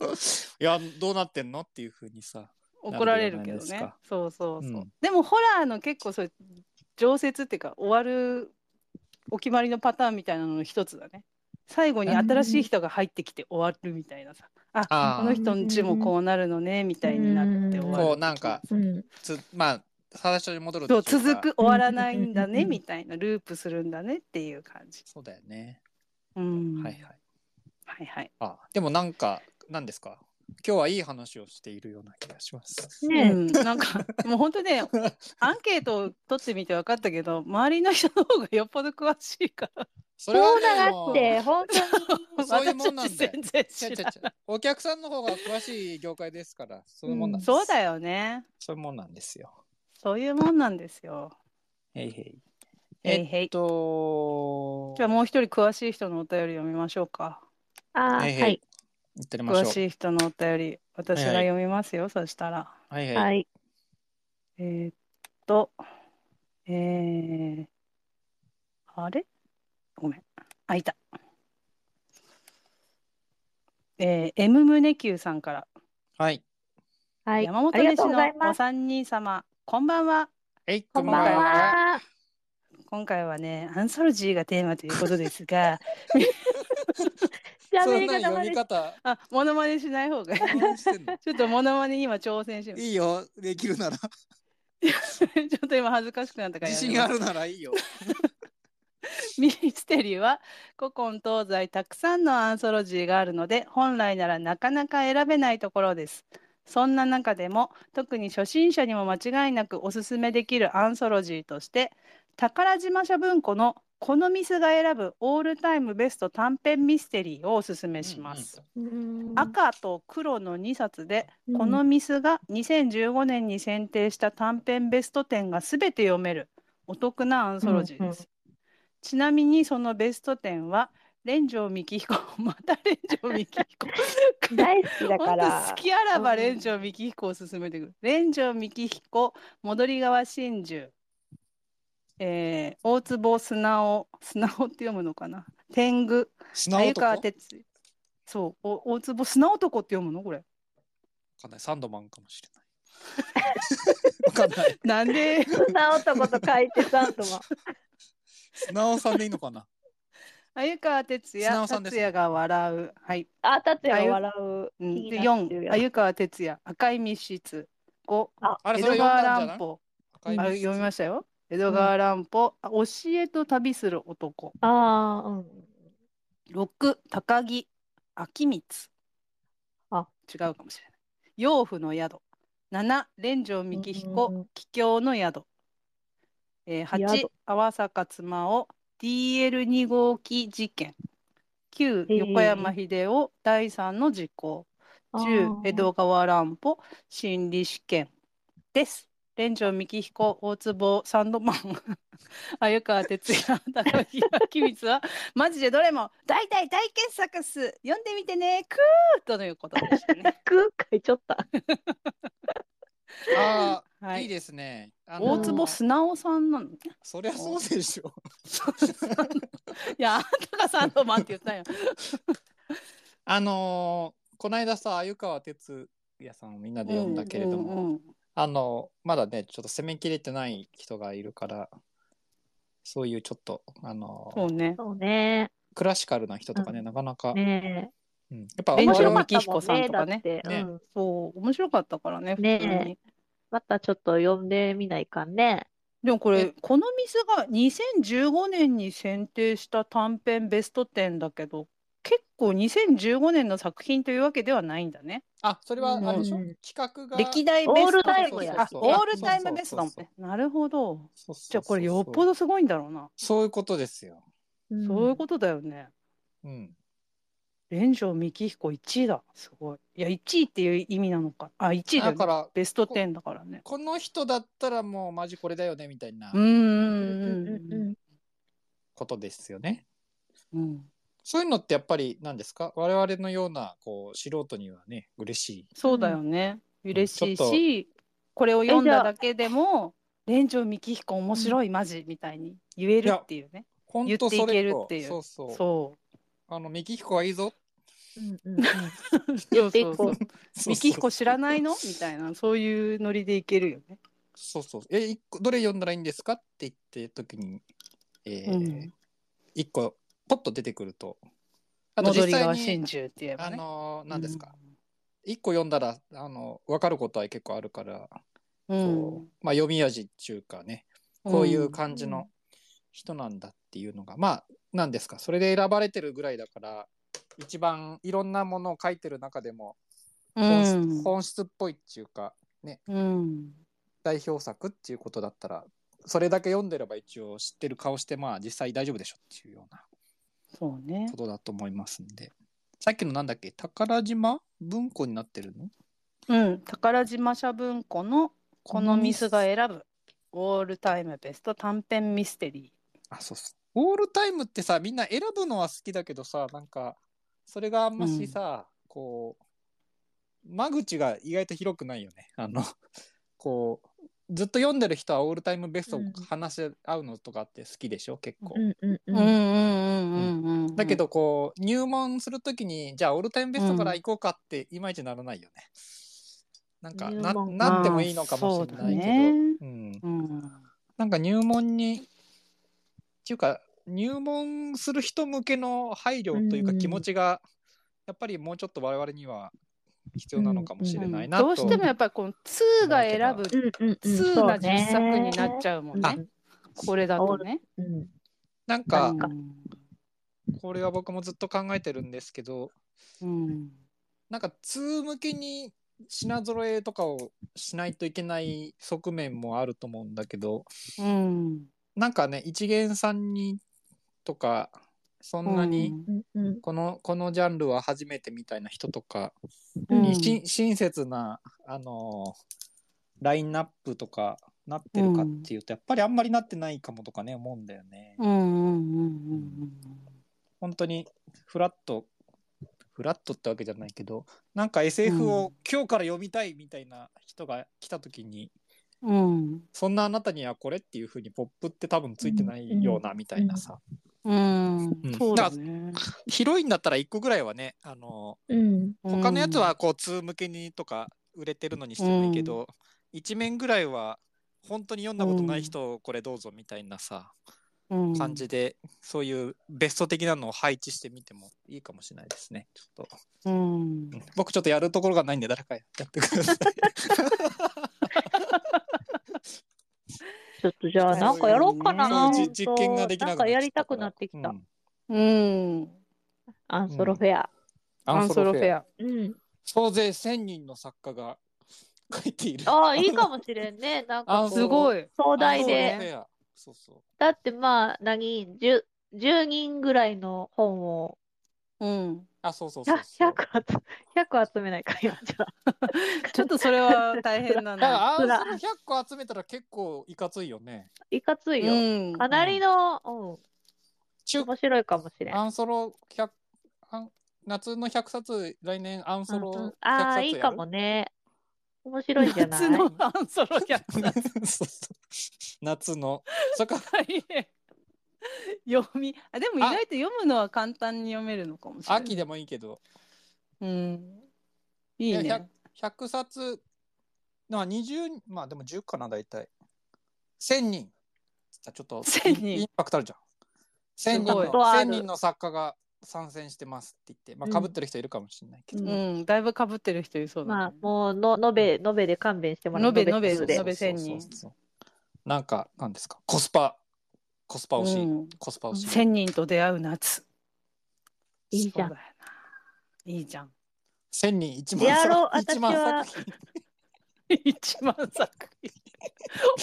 Speaker 3: いやどうなってんのっていうふうにさ
Speaker 1: 怒られるけど
Speaker 3: なるじゃな
Speaker 1: ね
Speaker 3: いですか
Speaker 1: そうそうそう、
Speaker 3: うん
Speaker 1: でもホラーの結構そういう常設っていうか終わるお決まりのパターンみたいなのの一つだね最後に新しい人が入ってきて終わるみたいなさ
Speaker 3: あ
Speaker 1: こ
Speaker 3: ー
Speaker 1: の人んちもこうなるのねみたいになって終わる
Speaker 3: こうなんか
Speaker 2: うん、
Speaker 3: つまあ最初に戻るってい
Speaker 1: そうう
Speaker 3: か
Speaker 1: 続く終わらないんだ
Speaker 2: うんうんう
Speaker 1: ね
Speaker 3: [LAUGHS]
Speaker 2: んうん
Speaker 1: みたいなループするんだねっていう感じ、
Speaker 3: そうだよね、
Speaker 1: うん、
Speaker 3: はいはい
Speaker 1: はいはい
Speaker 3: あでもなんか何ですか今日はいい話をしているような気がします。
Speaker 2: ねえ、
Speaker 1: うん、なんかもう本当ねアンケートを取ってみて分かったけど周りの人の方がよっぽど詳しいから
Speaker 3: それは
Speaker 2: そうだ
Speaker 3: ね
Speaker 2: な
Speaker 3: も
Speaker 2: っ
Speaker 3: う
Speaker 2: て、本
Speaker 3: [LAUGHS]
Speaker 2: 当に。
Speaker 3: そういうもんなんだよ
Speaker 1: 私たち全然
Speaker 3: 違う違
Speaker 1: 知
Speaker 3: う違
Speaker 1: ら
Speaker 3: うお客さんの方が詳しい業界ですからそういうもんなんで
Speaker 1: [LAUGHS]
Speaker 3: す、
Speaker 1: そうだよね。
Speaker 3: そういうもんなんですよ。
Speaker 1: そういうもんなんですよ。
Speaker 3: へいへい。
Speaker 1: へいへい
Speaker 3: えっと
Speaker 1: じゃあもう一人詳しい人のお便り読みましょうか。
Speaker 2: あー
Speaker 3: ええ
Speaker 2: はい。
Speaker 3: 行ってみましょ
Speaker 1: 詳
Speaker 3: う。
Speaker 1: しい人のお便り、私が読みますよ、そしたら。
Speaker 3: はいはい。
Speaker 2: はい。
Speaker 1: えーっと、えー、あれごめん。あ、いた。えー、M 胸球さんから、
Speaker 3: はい。
Speaker 2: はい。
Speaker 1: 山本
Speaker 2: ありが
Speaker 1: 飯
Speaker 2: とうござい
Speaker 1: の
Speaker 2: ま
Speaker 1: お
Speaker 2: す。
Speaker 1: 三人様、こんばんは。
Speaker 3: えい、
Speaker 2: こんばんは。
Speaker 1: 今回はね、アンソロジーがテーマということですが、
Speaker 3: そ
Speaker 2: 喋
Speaker 3: ん
Speaker 2: り
Speaker 3: な
Speaker 2: 方
Speaker 3: 読
Speaker 2: 悪
Speaker 3: み
Speaker 2: い。
Speaker 3: 方。
Speaker 1: あ、モノマネしない方がいい。 [LAUGHS]
Speaker 3: 応援してんの
Speaker 1: ちょっとモノマネ今挑戦してみ
Speaker 3: いいよ、できるなら。
Speaker 1: [LAUGHS] る。ちょっと今恥ずかしくなったから
Speaker 3: 自
Speaker 1: やめます
Speaker 3: 信があるならいいよ。
Speaker 1: [LAUGHS] ミステリーは古今東西たくさんのアンソロジーがあるので本来ならなかなか選べないところです。そんな中でも特に初心者にも間違いなくおすすめできるアンソロジーとして宝島社文庫の「このミスが選ぶオールタイムベスト短編ミステリー」をおすすめします。赤と黒の2冊でこのミスが2015年に選定した短編ベスト10が全て読めるお得なアンソロジーです。ちなみにそのベスト10は連城幹彦また連城幹彦
Speaker 2: 大好きだか
Speaker 1: 本
Speaker 2: ら。
Speaker 1: 当好きあらば
Speaker 2: うん
Speaker 1: 連城幹彦を勧めてくる、連城幹彦戻川真珠、えー、大坪素直素直って読むのかな天狗
Speaker 3: 素直
Speaker 1: 鮎
Speaker 3: とか
Speaker 1: 川。哲也そうお大坪素直男って読むのこれ
Speaker 3: わかんないサンドマンかもしれない。わかんない。
Speaker 1: なんで
Speaker 2: [LAUGHS] そんな男と書いてサンドマン。
Speaker 3: 素直さんでいいのかな。
Speaker 1: 鮎川哲
Speaker 3: 素
Speaker 1: 也
Speaker 3: 直さんです
Speaker 1: 達
Speaker 3: ね
Speaker 1: 也が笑うはい
Speaker 2: あ、達也が笑う。
Speaker 1: うん、
Speaker 2: 気
Speaker 1: で
Speaker 2: になってる
Speaker 1: 4、
Speaker 2: やつ
Speaker 1: 鮎川哲也、赤い密室。5、
Speaker 3: あれ、
Speaker 1: 江
Speaker 3: それ
Speaker 1: 戸
Speaker 3: 読
Speaker 1: 川
Speaker 3: んだんじ
Speaker 1: 乱
Speaker 3: ゃない。
Speaker 1: 歩。
Speaker 3: 赤い
Speaker 1: あ
Speaker 3: 物質
Speaker 1: 読みましたよ。江戸川乱歩、あ教えと旅する男。
Speaker 2: ああ、うん。
Speaker 1: 6、高木、秋光。
Speaker 2: あ
Speaker 1: 違うかもしれない。養父の宿。7、連城幹
Speaker 2: う
Speaker 1: 彦
Speaker 2: ん、
Speaker 1: 桔梗の宿。えー、8
Speaker 2: 宿、
Speaker 1: 泡坂妻を DL2 号機事件。
Speaker 2: へ
Speaker 1: 9、
Speaker 2: ー
Speaker 1: 横山秀夫、第三の時効。10江戸川乱歩心理試験です。連城幹彦大坪サンド [LAUGHS] マン鮎川哲也高木明光は [LAUGHS] マジでどれも大体大傑作っす読んでみてねクーということでしたね。
Speaker 2: く書いちゃった。
Speaker 3: ああ、、
Speaker 1: はい
Speaker 3: い
Speaker 1: い、
Speaker 3: ですね。あの
Speaker 1: 大坪素直さんなの。い
Speaker 3: そりゃそうでしょ。
Speaker 1: やあんたがサンドマンって言ったんや。
Speaker 3: あのーこの間さ、鮎川哲也さんをみんなで読んだけれども、
Speaker 1: うんうん
Speaker 3: あのまだね、ちょっと攻めきれてない人がいるから、そういうちょっと、あのー
Speaker 1: そうね。
Speaker 2: そうね。
Speaker 3: クラシカルな人とかね、
Speaker 2: う
Speaker 3: なかなか、
Speaker 2: ね
Speaker 3: うん、やっぱ
Speaker 2: え。
Speaker 1: 連
Speaker 2: 面
Speaker 1: 城
Speaker 2: 白か
Speaker 1: 幹
Speaker 2: った
Speaker 1: 彦
Speaker 2: もん
Speaker 1: さん
Speaker 2: ね。
Speaker 1: と
Speaker 2: だ
Speaker 1: か
Speaker 2: っ
Speaker 1: ね
Speaker 2: て。う
Speaker 3: ね
Speaker 2: ん。
Speaker 1: そう面白かったからね。普
Speaker 2: ねえ
Speaker 1: 通に
Speaker 2: またちょっと読んでみないかんね。
Speaker 1: でもこれ
Speaker 2: え
Speaker 1: この店が2015年に選定した短編ベスト10だけど結構2015年の作品というわけではないんだね。
Speaker 3: あ、それはあれでしょ、
Speaker 2: うん
Speaker 3: 企画が。
Speaker 1: 歴代ベスト
Speaker 2: オールタイムや
Speaker 1: あオールタイムベストだもん
Speaker 3: そうそうそう
Speaker 1: ね。なるほど。
Speaker 3: そうそうそう
Speaker 1: じゃあこれよっぽどすごいんだろうな。
Speaker 3: そういうことですよ。
Speaker 1: そういうことだよね。
Speaker 3: うん。
Speaker 1: 連城幹彦1位だ。すごい。いや1位っていう意味なのか。あ1位だ
Speaker 3: だ
Speaker 1: よね
Speaker 3: か。ら、
Speaker 1: ベスト10だからね。
Speaker 3: この人だったらもうマジこれだよねみたいな
Speaker 1: うん
Speaker 2: う
Speaker 1: うんう
Speaker 2: ん
Speaker 1: ん
Speaker 2: うん
Speaker 1: うん
Speaker 2: うん
Speaker 3: ことですよね。
Speaker 1: うん。
Speaker 3: そういうのってやっぱり何ですか我々のようなこう素人にはね嬉しい。
Speaker 1: そうだよね。嬉しい
Speaker 3: ちょっと
Speaker 1: し、これを読ん
Speaker 2: えじゃ
Speaker 1: だ
Speaker 2: あ
Speaker 1: だけでも、連城幹彦面白い、マジみたいに言えるっていうね。
Speaker 3: 本
Speaker 1: 言っ
Speaker 3: 当
Speaker 1: て
Speaker 3: そ
Speaker 1: いけ
Speaker 3: れ
Speaker 1: る
Speaker 3: と
Speaker 1: っていう
Speaker 3: そうそう
Speaker 1: そう。
Speaker 3: あの幹彦はいいぞ。
Speaker 2: うんうんうん。
Speaker 1: そう
Speaker 2: てい
Speaker 1: そ
Speaker 2: こう
Speaker 1: うそう。
Speaker 3: そうそう
Speaker 1: 幹彦知らないのみたいな、そういうノリでいけるよね。
Speaker 3: そうそう。え一個どれ読んだらいいんですかって言って時にえー
Speaker 1: うん
Speaker 3: 一個ポッと出てくると。あと
Speaker 1: 戻
Speaker 3: 実
Speaker 1: り
Speaker 3: 際
Speaker 1: 川
Speaker 3: に
Speaker 1: 真珠って言えば
Speaker 3: あ
Speaker 1: ね。
Speaker 3: の何ですか一、個読んだらあの分かることは結構あるから、
Speaker 1: うん。
Speaker 3: こうまあ読み味っていうかね
Speaker 1: うん
Speaker 3: こういう感じ
Speaker 2: うん
Speaker 3: の人なんだっていうのが、まあ何ですかそれで選ばれてるぐらいだから一番いろんなものを書いてる中でも本質,、
Speaker 1: うん
Speaker 3: 本質っぽいっていうか
Speaker 1: うん。
Speaker 3: 代表作っていうことだったらそれだけ読んでれば一応知ってる顔してまあ実際大丈夫でしょっていうような
Speaker 1: そうね
Speaker 3: こ。とだと思いますんでさっきのなんだっけ宝島文庫になってるの
Speaker 1: うん。宝島社文庫のこのミスが選ぶ、オールタイムベスト短編ミステリー。
Speaker 3: あそうそうオールタイムってさみんな選ぶのは好きだけどさなんかそれがあんましさ、こう間口が意外と広くないよね。あのこうずっと読んでる人はオールタイムベストを話し合うのとかって好きでしょ、結構。
Speaker 2: うんうん
Speaker 1: うんう
Speaker 2: うん。
Speaker 1: んうんうんうん。
Speaker 3: だけどこう入門するときにじゃあオールタイムベストから行こうかっていまいちならないよね。なんかな
Speaker 2: 入門
Speaker 3: なってもいいのかもしれないけど、
Speaker 1: あーそう
Speaker 3: うん、
Speaker 1: うん。
Speaker 3: なんか入門にっていうか入門する人向けの配慮というか
Speaker 2: うん
Speaker 3: 気持ちがやっぱりもうちょっと我々には必要なのかもしれないなと。
Speaker 1: どうしてもやっぱりこの2が選ぶ
Speaker 2: うんうんうん。
Speaker 1: 2な実作になっ
Speaker 2: ゃ
Speaker 1: ちゃうも
Speaker 2: うんね
Speaker 1: ね。これだとね。
Speaker 2: うんうん
Speaker 3: なんか
Speaker 2: なんか
Speaker 3: これは僕もずっと考えてるんですけど
Speaker 1: うん。
Speaker 3: なんか通向けに品揃えとかをしないといけない側面もあると思うんだけど
Speaker 1: うん。
Speaker 3: なんかね一元さんにとかそんなに、
Speaker 2: うんうん
Speaker 3: このこのジャンルは初めてみたいな人とか
Speaker 1: うん
Speaker 3: にし親切な、あのーラインナップとかなってるかっていうと、やっぱりあんまりなってないかもとかね思うんだよね。
Speaker 1: うんうんうんうん
Speaker 3: 本当にフラットフラットってわけじゃないけどなんか SF
Speaker 1: う
Speaker 3: を今日から読みたいみたいな人が来た時に、
Speaker 1: うん。
Speaker 3: そんなあなたにはこれっていう風にポップって多分ついてないようなみたいなさ、
Speaker 1: うん。うんん。そうだね。
Speaker 3: 広いんだったら1個ぐらいはねあのー
Speaker 2: うん
Speaker 3: 他のやつはこう通向けにとか売れてるのにしてもいいけど、一面ぐらいは本当に読んだことない人をこれどうぞみたいなさ、
Speaker 1: うん
Speaker 3: 感じでそういうベスト的なのを配置してみてもいいかもしれないですねちょっ
Speaker 1: う
Speaker 3: と、
Speaker 1: ん
Speaker 3: うん僕ちょっとやるところがないんで誰かやってください
Speaker 2: ちょっとじゃあ、 [LAUGHS] なんかやろうかな。
Speaker 1: そう
Speaker 2: ほ
Speaker 1: い
Speaker 2: ん
Speaker 1: う
Speaker 2: と
Speaker 3: じ実験ができなくなっちゃった
Speaker 2: なん
Speaker 3: か
Speaker 2: からやりたくなってき
Speaker 3: う
Speaker 2: た。
Speaker 3: ん
Speaker 1: うん。
Speaker 2: アンソロフェア。
Speaker 1: ア
Speaker 3: ア
Speaker 1: ン
Speaker 3: ン
Speaker 1: ソ
Speaker 3: ソ
Speaker 1: ロ
Speaker 3: ロ
Speaker 1: フ
Speaker 3: フェア
Speaker 1: ェア。
Speaker 2: うん。
Speaker 3: 総勢1000人の作家が書いている
Speaker 2: ああ、いいかもしれんね。なんかこう、
Speaker 1: すごい。
Speaker 2: 壮
Speaker 3: アン
Speaker 2: 大
Speaker 3: ソロフ
Speaker 2: で。
Speaker 3: ェアそうそう
Speaker 2: だってまあ、何、10、10人ぐらいの本を、
Speaker 1: うん。
Speaker 3: あそうそうそうそう
Speaker 2: 100集、100集めないか、 [LAUGHS] 今じゃあ。
Speaker 1: ちょっとそれは大変だ
Speaker 3: だ
Speaker 1: な。
Speaker 3: からアンソ
Speaker 2: ほ
Speaker 3: ロ
Speaker 2: ら
Speaker 3: 100個集めたら結構いかついよね。
Speaker 2: いかつ
Speaker 1: う
Speaker 2: いよ。
Speaker 1: ん。
Speaker 2: かなりの、うん、
Speaker 3: 中
Speaker 2: 面白いかもしれん。
Speaker 3: アンソロ100アン夏の100冊来年アンソロ
Speaker 2: うん
Speaker 3: 100
Speaker 2: うん
Speaker 3: 冊
Speaker 2: あ
Speaker 3: や
Speaker 2: あ、
Speaker 3: る
Speaker 2: いいかもね。面白いんじゃない
Speaker 1: 夏のアンソロ100
Speaker 3: [LAUGHS] そうそう夏のそっか
Speaker 1: 大変。読み、あ、でも意外と読むのは簡単に読めるのかもしれない。
Speaker 3: 秋でもいいけど
Speaker 1: うん。いい
Speaker 3: いや
Speaker 1: ね。
Speaker 3: 100冊まあ20まあでも10かな大体1000人ちょっと
Speaker 1: 1000人
Speaker 3: インパクトあるじゃん1000
Speaker 1: す
Speaker 3: 人
Speaker 1: ごい
Speaker 3: の
Speaker 2: あ
Speaker 3: 1000
Speaker 2: る
Speaker 3: 人の作家が参戦してますって言ってまあかぶってる人いるかもしれないけど、
Speaker 2: う
Speaker 1: うん、だいぶかぶってる人いそうだ、ね。
Speaker 2: まあ、もうの、のべ、のべで勘弁してもらう。
Speaker 1: のべ
Speaker 2: のべ
Speaker 1: のべ
Speaker 2: で
Speaker 1: 延べ1000人
Speaker 3: そうそうそうそうなんかなんですかコスパコスパ
Speaker 1: う
Speaker 3: 推し、
Speaker 1: ん、
Speaker 3: コスパ推し
Speaker 1: 1000人と出会う夏。
Speaker 2: いいじゃん
Speaker 1: そうだよな。いい [LAUGHS] じゃん。
Speaker 3: 1000人1
Speaker 2: やろ
Speaker 3: 万
Speaker 2: う
Speaker 3: 作
Speaker 2: 私
Speaker 3: 1万
Speaker 2: は
Speaker 3: 作品
Speaker 1: 1万作品。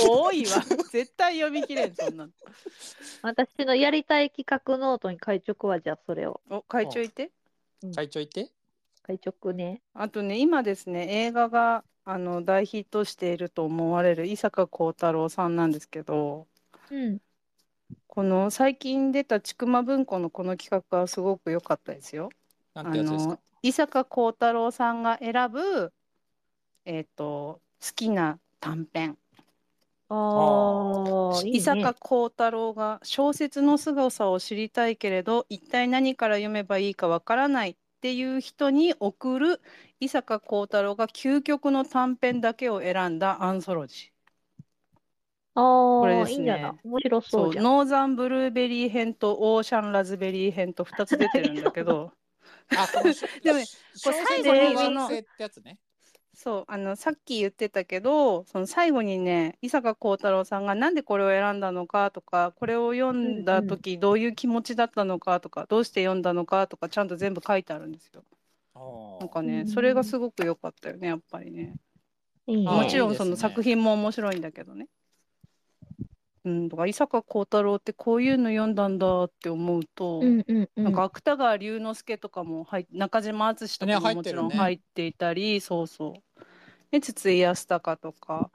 Speaker 1: 多いわ。 [LAUGHS] 絶対読み切れん、そんなの。
Speaker 2: 私のやりたい企画ノートに会直は、じゃあそれを。
Speaker 1: お、会長いて。
Speaker 3: 会長いて
Speaker 2: 会直ね。
Speaker 1: あとね、今ですね、映画があの大ヒットしていると思われる伊坂幸太郎さんなんですけど、
Speaker 2: うん。
Speaker 1: この最近出た千曲文庫のこの企画はすごく良かったですよ。
Speaker 3: なんてやつですか
Speaker 1: 伊坂幸太郎さんが選ぶ、えっと好きな短編
Speaker 2: ああ、いいね。
Speaker 1: 伊坂幸太郎が小説の凄さを知りたいけれど一体何から読めばいいかわからないっていう人に送る伊坂幸太郎が究極の短編だけを選んだアンソロジー。
Speaker 2: あ
Speaker 1: こ
Speaker 2: あ、
Speaker 1: れ
Speaker 2: い
Speaker 1: ですね
Speaker 2: いんじゃない面白そう
Speaker 1: そう
Speaker 2: じゃん。
Speaker 1: ノーザンブルーベリー編とオーシャンラズベリー編と2つ出てるんだけど
Speaker 3: あこの
Speaker 1: [LAUGHS] でもね
Speaker 3: 小
Speaker 1: 最
Speaker 2: 後に
Speaker 3: 小
Speaker 1: その
Speaker 3: 説の男性ってやつね
Speaker 1: そうあのさっき言ってたけどその最後にね伊坂幸太郎さんがなんでこれを選んだのかとかこれを読んだ時どういう気持ちだったのかとかどうして読んだのかとかちゃんと全部書いてあるんですよ。
Speaker 3: あ
Speaker 1: なん
Speaker 3: ー
Speaker 1: か
Speaker 2: う
Speaker 1: ね
Speaker 2: ん
Speaker 1: それがすごく良かったよねやっぱりね。
Speaker 2: いいね。
Speaker 3: あ
Speaker 1: もちろ
Speaker 3: い
Speaker 1: ん
Speaker 3: いで
Speaker 1: そ
Speaker 3: すね
Speaker 1: の作品も面白いんだけどね。うん、とか伊坂幸太郎ってこういうの読んだんだって思うと、
Speaker 2: うんうんうん。
Speaker 1: なんか芥川龍之介とかも入っ中島敦とかももちろん
Speaker 3: ね
Speaker 1: 入
Speaker 3: 入
Speaker 1: っていたり、そうそう。ね、筒井康隆とか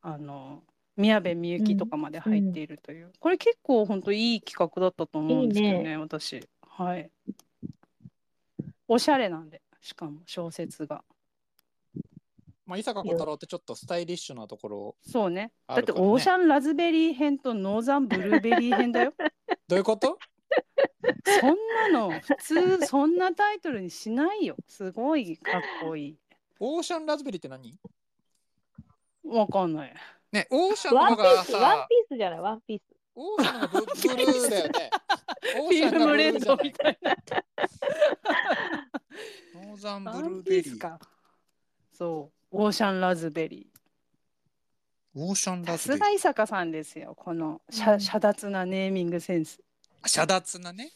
Speaker 1: あの宮部みゆきとかまで入っているという、これ結構本当いい企画だったと思うんですけどね
Speaker 2: いい
Speaker 1: 私はいおしゃれなんでしかも小説が。
Speaker 3: まあ、伊坂幸太郎ってちょっとスタイリッシュなところ
Speaker 1: そうね。
Speaker 3: あ
Speaker 1: だっ
Speaker 3: る
Speaker 1: て
Speaker 3: から、ね、
Speaker 1: オーシャンラズベリー編とノーザンブルーベリー編だよ。
Speaker 3: どういうこと
Speaker 1: そんなの普通そんなタイトルにしないよ。すごいかっこいい。
Speaker 3: オーシャンラズベリーって何
Speaker 1: わかんない。
Speaker 3: ねオーシャンの
Speaker 2: ワン
Speaker 3: 方
Speaker 2: ピ
Speaker 3: が
Speaker 2: ース、ワン
Speaker 3: さ
Speaker 2: ピースじゃない、ワンピース。
Speaker 3: オーシャンの方がブブルーだよね
Speaker 1: [LAUGHS] フ
Speaker 3: オーシ
Speaker 1: ィ
Speaker 3: ャン
Speaker 1: ル
Speaker 3: が
Speaker 1: ム
Speaker 3: ブル
Speaker 1: レ
Speaker 3: ー
Speaker 1: ッ
Speaker 3: じ
Speaker 1: ド
Speaker 3: ゃな
Speaker 1: み
Speaker 3: い
Speaker 1: たいな。
Speaker 3: ノーザンブ
Speaker 1: ワ
Speaker 3: ル
Speaker 1: ン
Speaker 3: ー
Speaker 1: ピ
Speaker 3: ベ
Speaker 1: ー
Speaker 3: リ
Speaker 1: ス
Speaker 3: ー
Speaker 1: か。そう。オーシャンラズベリ
Speaker 3: オーシャン
Speaker 1: ー。さ
Speaker 3: ラズ
Speaker 1: す
Speaker 3: ベリー
Speaker 1: が伊坂さんですよ。このしゃ、
Speaker 2: うん
Speaker 1: 遮奪なネーミングセンス。
Speaker 3: 遮奪なね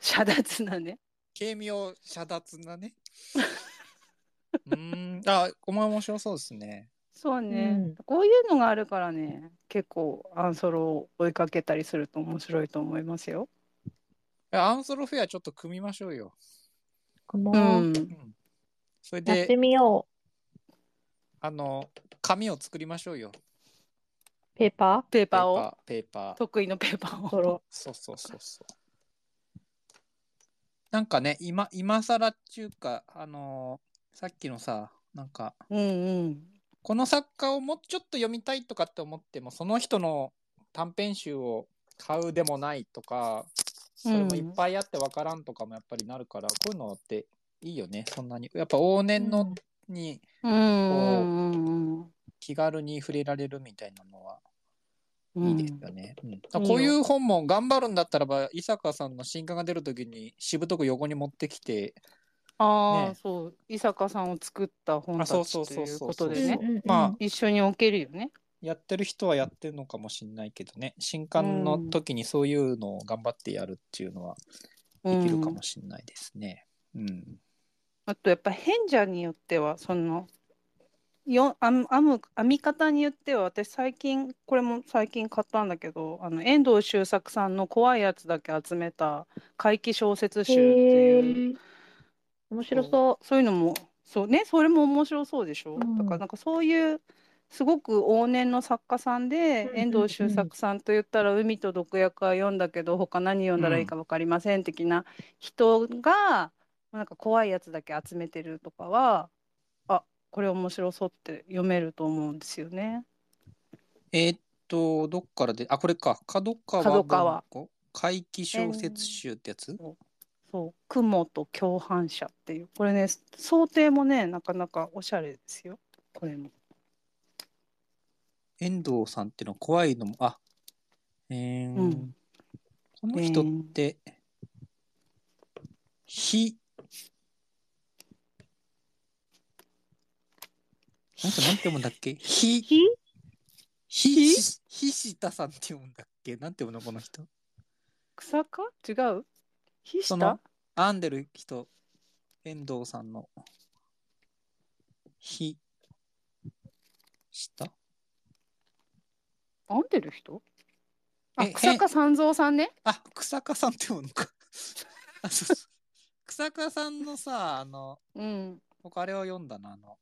Speaker 1: 遮奪なね。
Speaker 3: 軽妙遮奪なねうーんあお前面白そうですね
Speaker 1: そうね、
Speaker 2: うん
Speaker 1: こういうのがあるからね、結構アンソロを追いかけたりすると面白いと思いますよ。
Speaker 3: いやアンソロフェアちょっと組みましょうよ、
Speaker 2: も
Speaker 1: う。
Speaker 2: う、
Speaker 3: うんん、それ
Speaker 2: やって
Speaker 3: で
Speaker 2: みよ
Speaker 3: あの紙を作りましょうよ
Speaker 2: う。ペーパ
Speaker 1: ペーパーを、
Speaker 3: ペーパーペーパー
Speaker 1: 得意のペーパ
Speaker 2: ー
Speaker 1: ー
Speaker 2: ソ
Speaker 1: を。
Speaker 2: ロ。
Speaker 3: そうそうそうそうなんかね今今更っちゅうかあのーさっきのさなんか
Speaker 1: うんうん。
Speaker 3: この作家をもうちょっと読みたいとかって思ってもその人の短編集を買うでもないとかそれもいっぱいあってわからんとかもやっぱりなるから、こういうのっていいよねそんなにやっぱ往年のに
Speaker 1: うんうんうんうん
Speaker 3: 気軽に触れられるみたいなのは
Speaker 1: う
Speaker 3: いい
Speaker 1: ん。
Speaker 3: ですよね、うんあこういう本も頑張るんだったらば伊坂さんの新刊が出る時にしぶとく横に持ってきて
Speaker 1: ああ、
Speaker 3: ね
Speaker 1: そう。伊坂さんを作った本
Speaker 3: あ
Speaker 1: た
Speaker 3: そう
Speaker 1: ち
Speaker 3: そう
Speaker 1: と
Speaker 3: そ
Speaker 1: い
Speaker 3: う
Speaker 1: う
Speaker 3: そ
Speaker 1: こ
Speaker 3: う
Speaker 1: とでね
Speaker 2: う。んうんうん
Speaker 3: まあ
Speaker 1: 一緒に置けるよね。
Speaker 3: やってる人はやってるのかもしれないけどね新刊の時にそういうのを頑張ってやるっていうのは
Speaker 1: う
Speaker 3: できる
Speaker 1: ん
Speaker 3: か。もしれないですね。うん、
Speaker 1: あとやっぱ変者によってはそのよ編む編む編み方によっては私最近これも最近買ったんだけどあの遠藤周作さんの「怖いやつだけ集めた怪奇小説集」ってい
Speaker 2: へ
Speaker 1: う
Speaker 2: ー。面白そ
Speaker 1: そういうのもそうねそれも面白そうでしょ、
Speaker 2: うん
Speaker 1: だからなんかそういうすごく往年の作家さんで、
Speaker 2: うんうんうん
Speaker 1: 遠藤周作さんと言ったら「海と毒薬」は読んだけど他何読んだらいいか分かりません的な人が、なんか怖いやつだけ集めてるとかはあこれ面白そうって読めると思うんですよね。
Speaker 3: えーっとどっからであこれか角川
Speaker 1: 角川
Speaker 3: 文庫怪奇小説集ってやつ、
Speaker 1: そう「雲と共犯者」っていうこれね想定もねなかなかおしゃれですよこれも。
Speaker 3: 遠藤さんっていうのは怖いのもあえー
Speaker 1: うん
Speaker 3: この人って、ひなんてなんて読むんだっけ
Speaker 2: う。
Speaker 3: ひ
Speaker 2: ひ
Speaker 3: ひひしたさんって読むんだっけなんて読むのこの人
Speaker 1: 草か違うひ
Speaker 3: そ
Speaker 1: し
Speaker 3: の
Speaker 1: た
Speaker 3: 編んでる人遠藤さんのひした
Speaker 1: 編んでる人あ
Speaker 3: え
Speaker 1: 草加三蔵さんね
Speaker 3: あ草加さんって読むのかあそうそう草加さんのさあの
Speaker 1: うん
Speaker 3: 僕あれを読んだなあの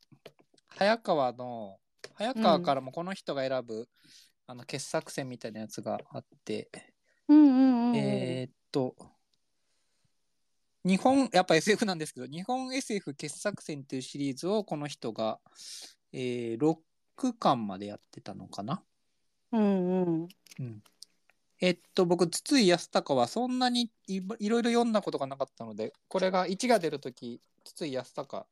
Speaker 3: 早川の早川からもこの人が選ぶ、あの傑作選みたいなやつがあって、
Speaker 1: うんうんうんうん、
Speaker 3: えーっと日本やっぱ SF なんですけど日本 SF 傑作選というシリーズをこの人が、えー、6巻までやってたのかな
Speaker 1: うんうん
Speaker 3: えっと僕筒井康隆はそんなにいいろいろ読んだことがなかったのでこれが1が出る時筒井康隆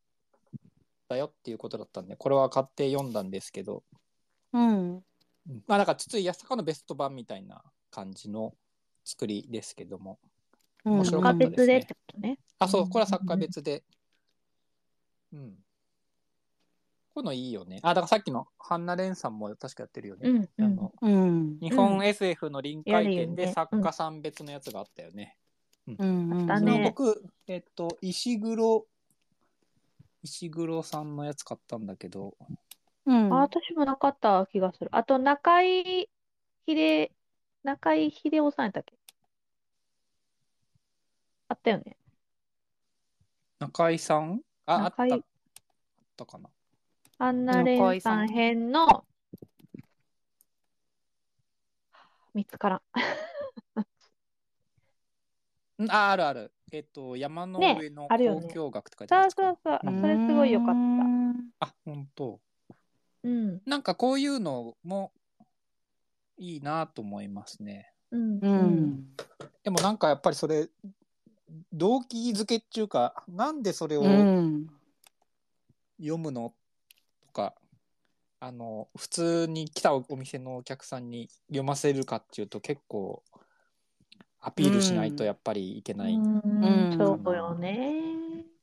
Speaker 3: だよっていうことだったんでこれは買って読んだんですけど、
Speaker 1: うん
Speaker 3: まあなんか筒井康隆のベスト版みたいな感じの作りですけども面白か
Speaker 2: 他
Speaker 3: ったです
Speaker 2: 別でってことね。
Speaker 3: あ、そう、これは作家別で。うん。こういうのいいよね。あ、だからさっきのハンナ・レンさんも確かやってるよ
Speaker 2: う
Speaker 3: ね。
Speaker 2: んう
Speaker 3: あ
Speaker 2: ん。
Speaker 3: の
Speaker 1: うん
Speaker 3: 日本 SF の臨界
Speaker 2: やる
Speaker 3: 点
Speaker 2: よ
Speaker 3: で
Speaker 2: ね
Speaker 3: 作家さん別のやつがあったよね。
Speaker 1: うんうん
Speaker 2: あった
Speaker 3: それを
Speaker 2: ね
Speaker 3: 僕、えっと、石黒、石黒さんのやつ買ったんだけど、
Speaker 1: うん
Speaker 2: あ、私もなかった気がする。あと、中井秀、中井秀夫さんやったっけあったよね。
Speaker 3: 中井さんあ、あった。
Speaker 2: 中井
Speaker 3: あったかな。
Speaker 2: アンナレンさん編の、見つからん。
Speaker 3: うんあ、あるある。えっと、山の
Speaker 2: ね
Speaker 3: 上の
Speaker 2: あるよね
Speaker 3: 交響楽って書いてあ
Speaker 2: そ
Speaker 3: るん
Speaker 2: う
Speaker 3: ですか、
Speaker 2: そうそう。あ
Speaker 3: うん
Speaker 2: それすごい良かっ
Speaker 1: うー
Speaker 2: た。
Speaker 1: ん
Speaker 3: あ、本当。
Speaker 2: うん。
Speaker 3: なんかこういうのもいいなと思いますね。
Speaker 2: うん。
Speaker 1: う。ん。
Speaker 3: でもなんかやっぱりそれ、動機づけっていうか、なんでそれ
Speaker 1: う
Speaker 3: を
Speaker 1: ん。
Speaker 3: 読むのとか、あの、普通に来たお店のお客さんに読ませるかっていうと結構アピールしないとやっぱりいけない。
Speaker 2: うん
Speaker 1: うん
Speaker 2: そうよね。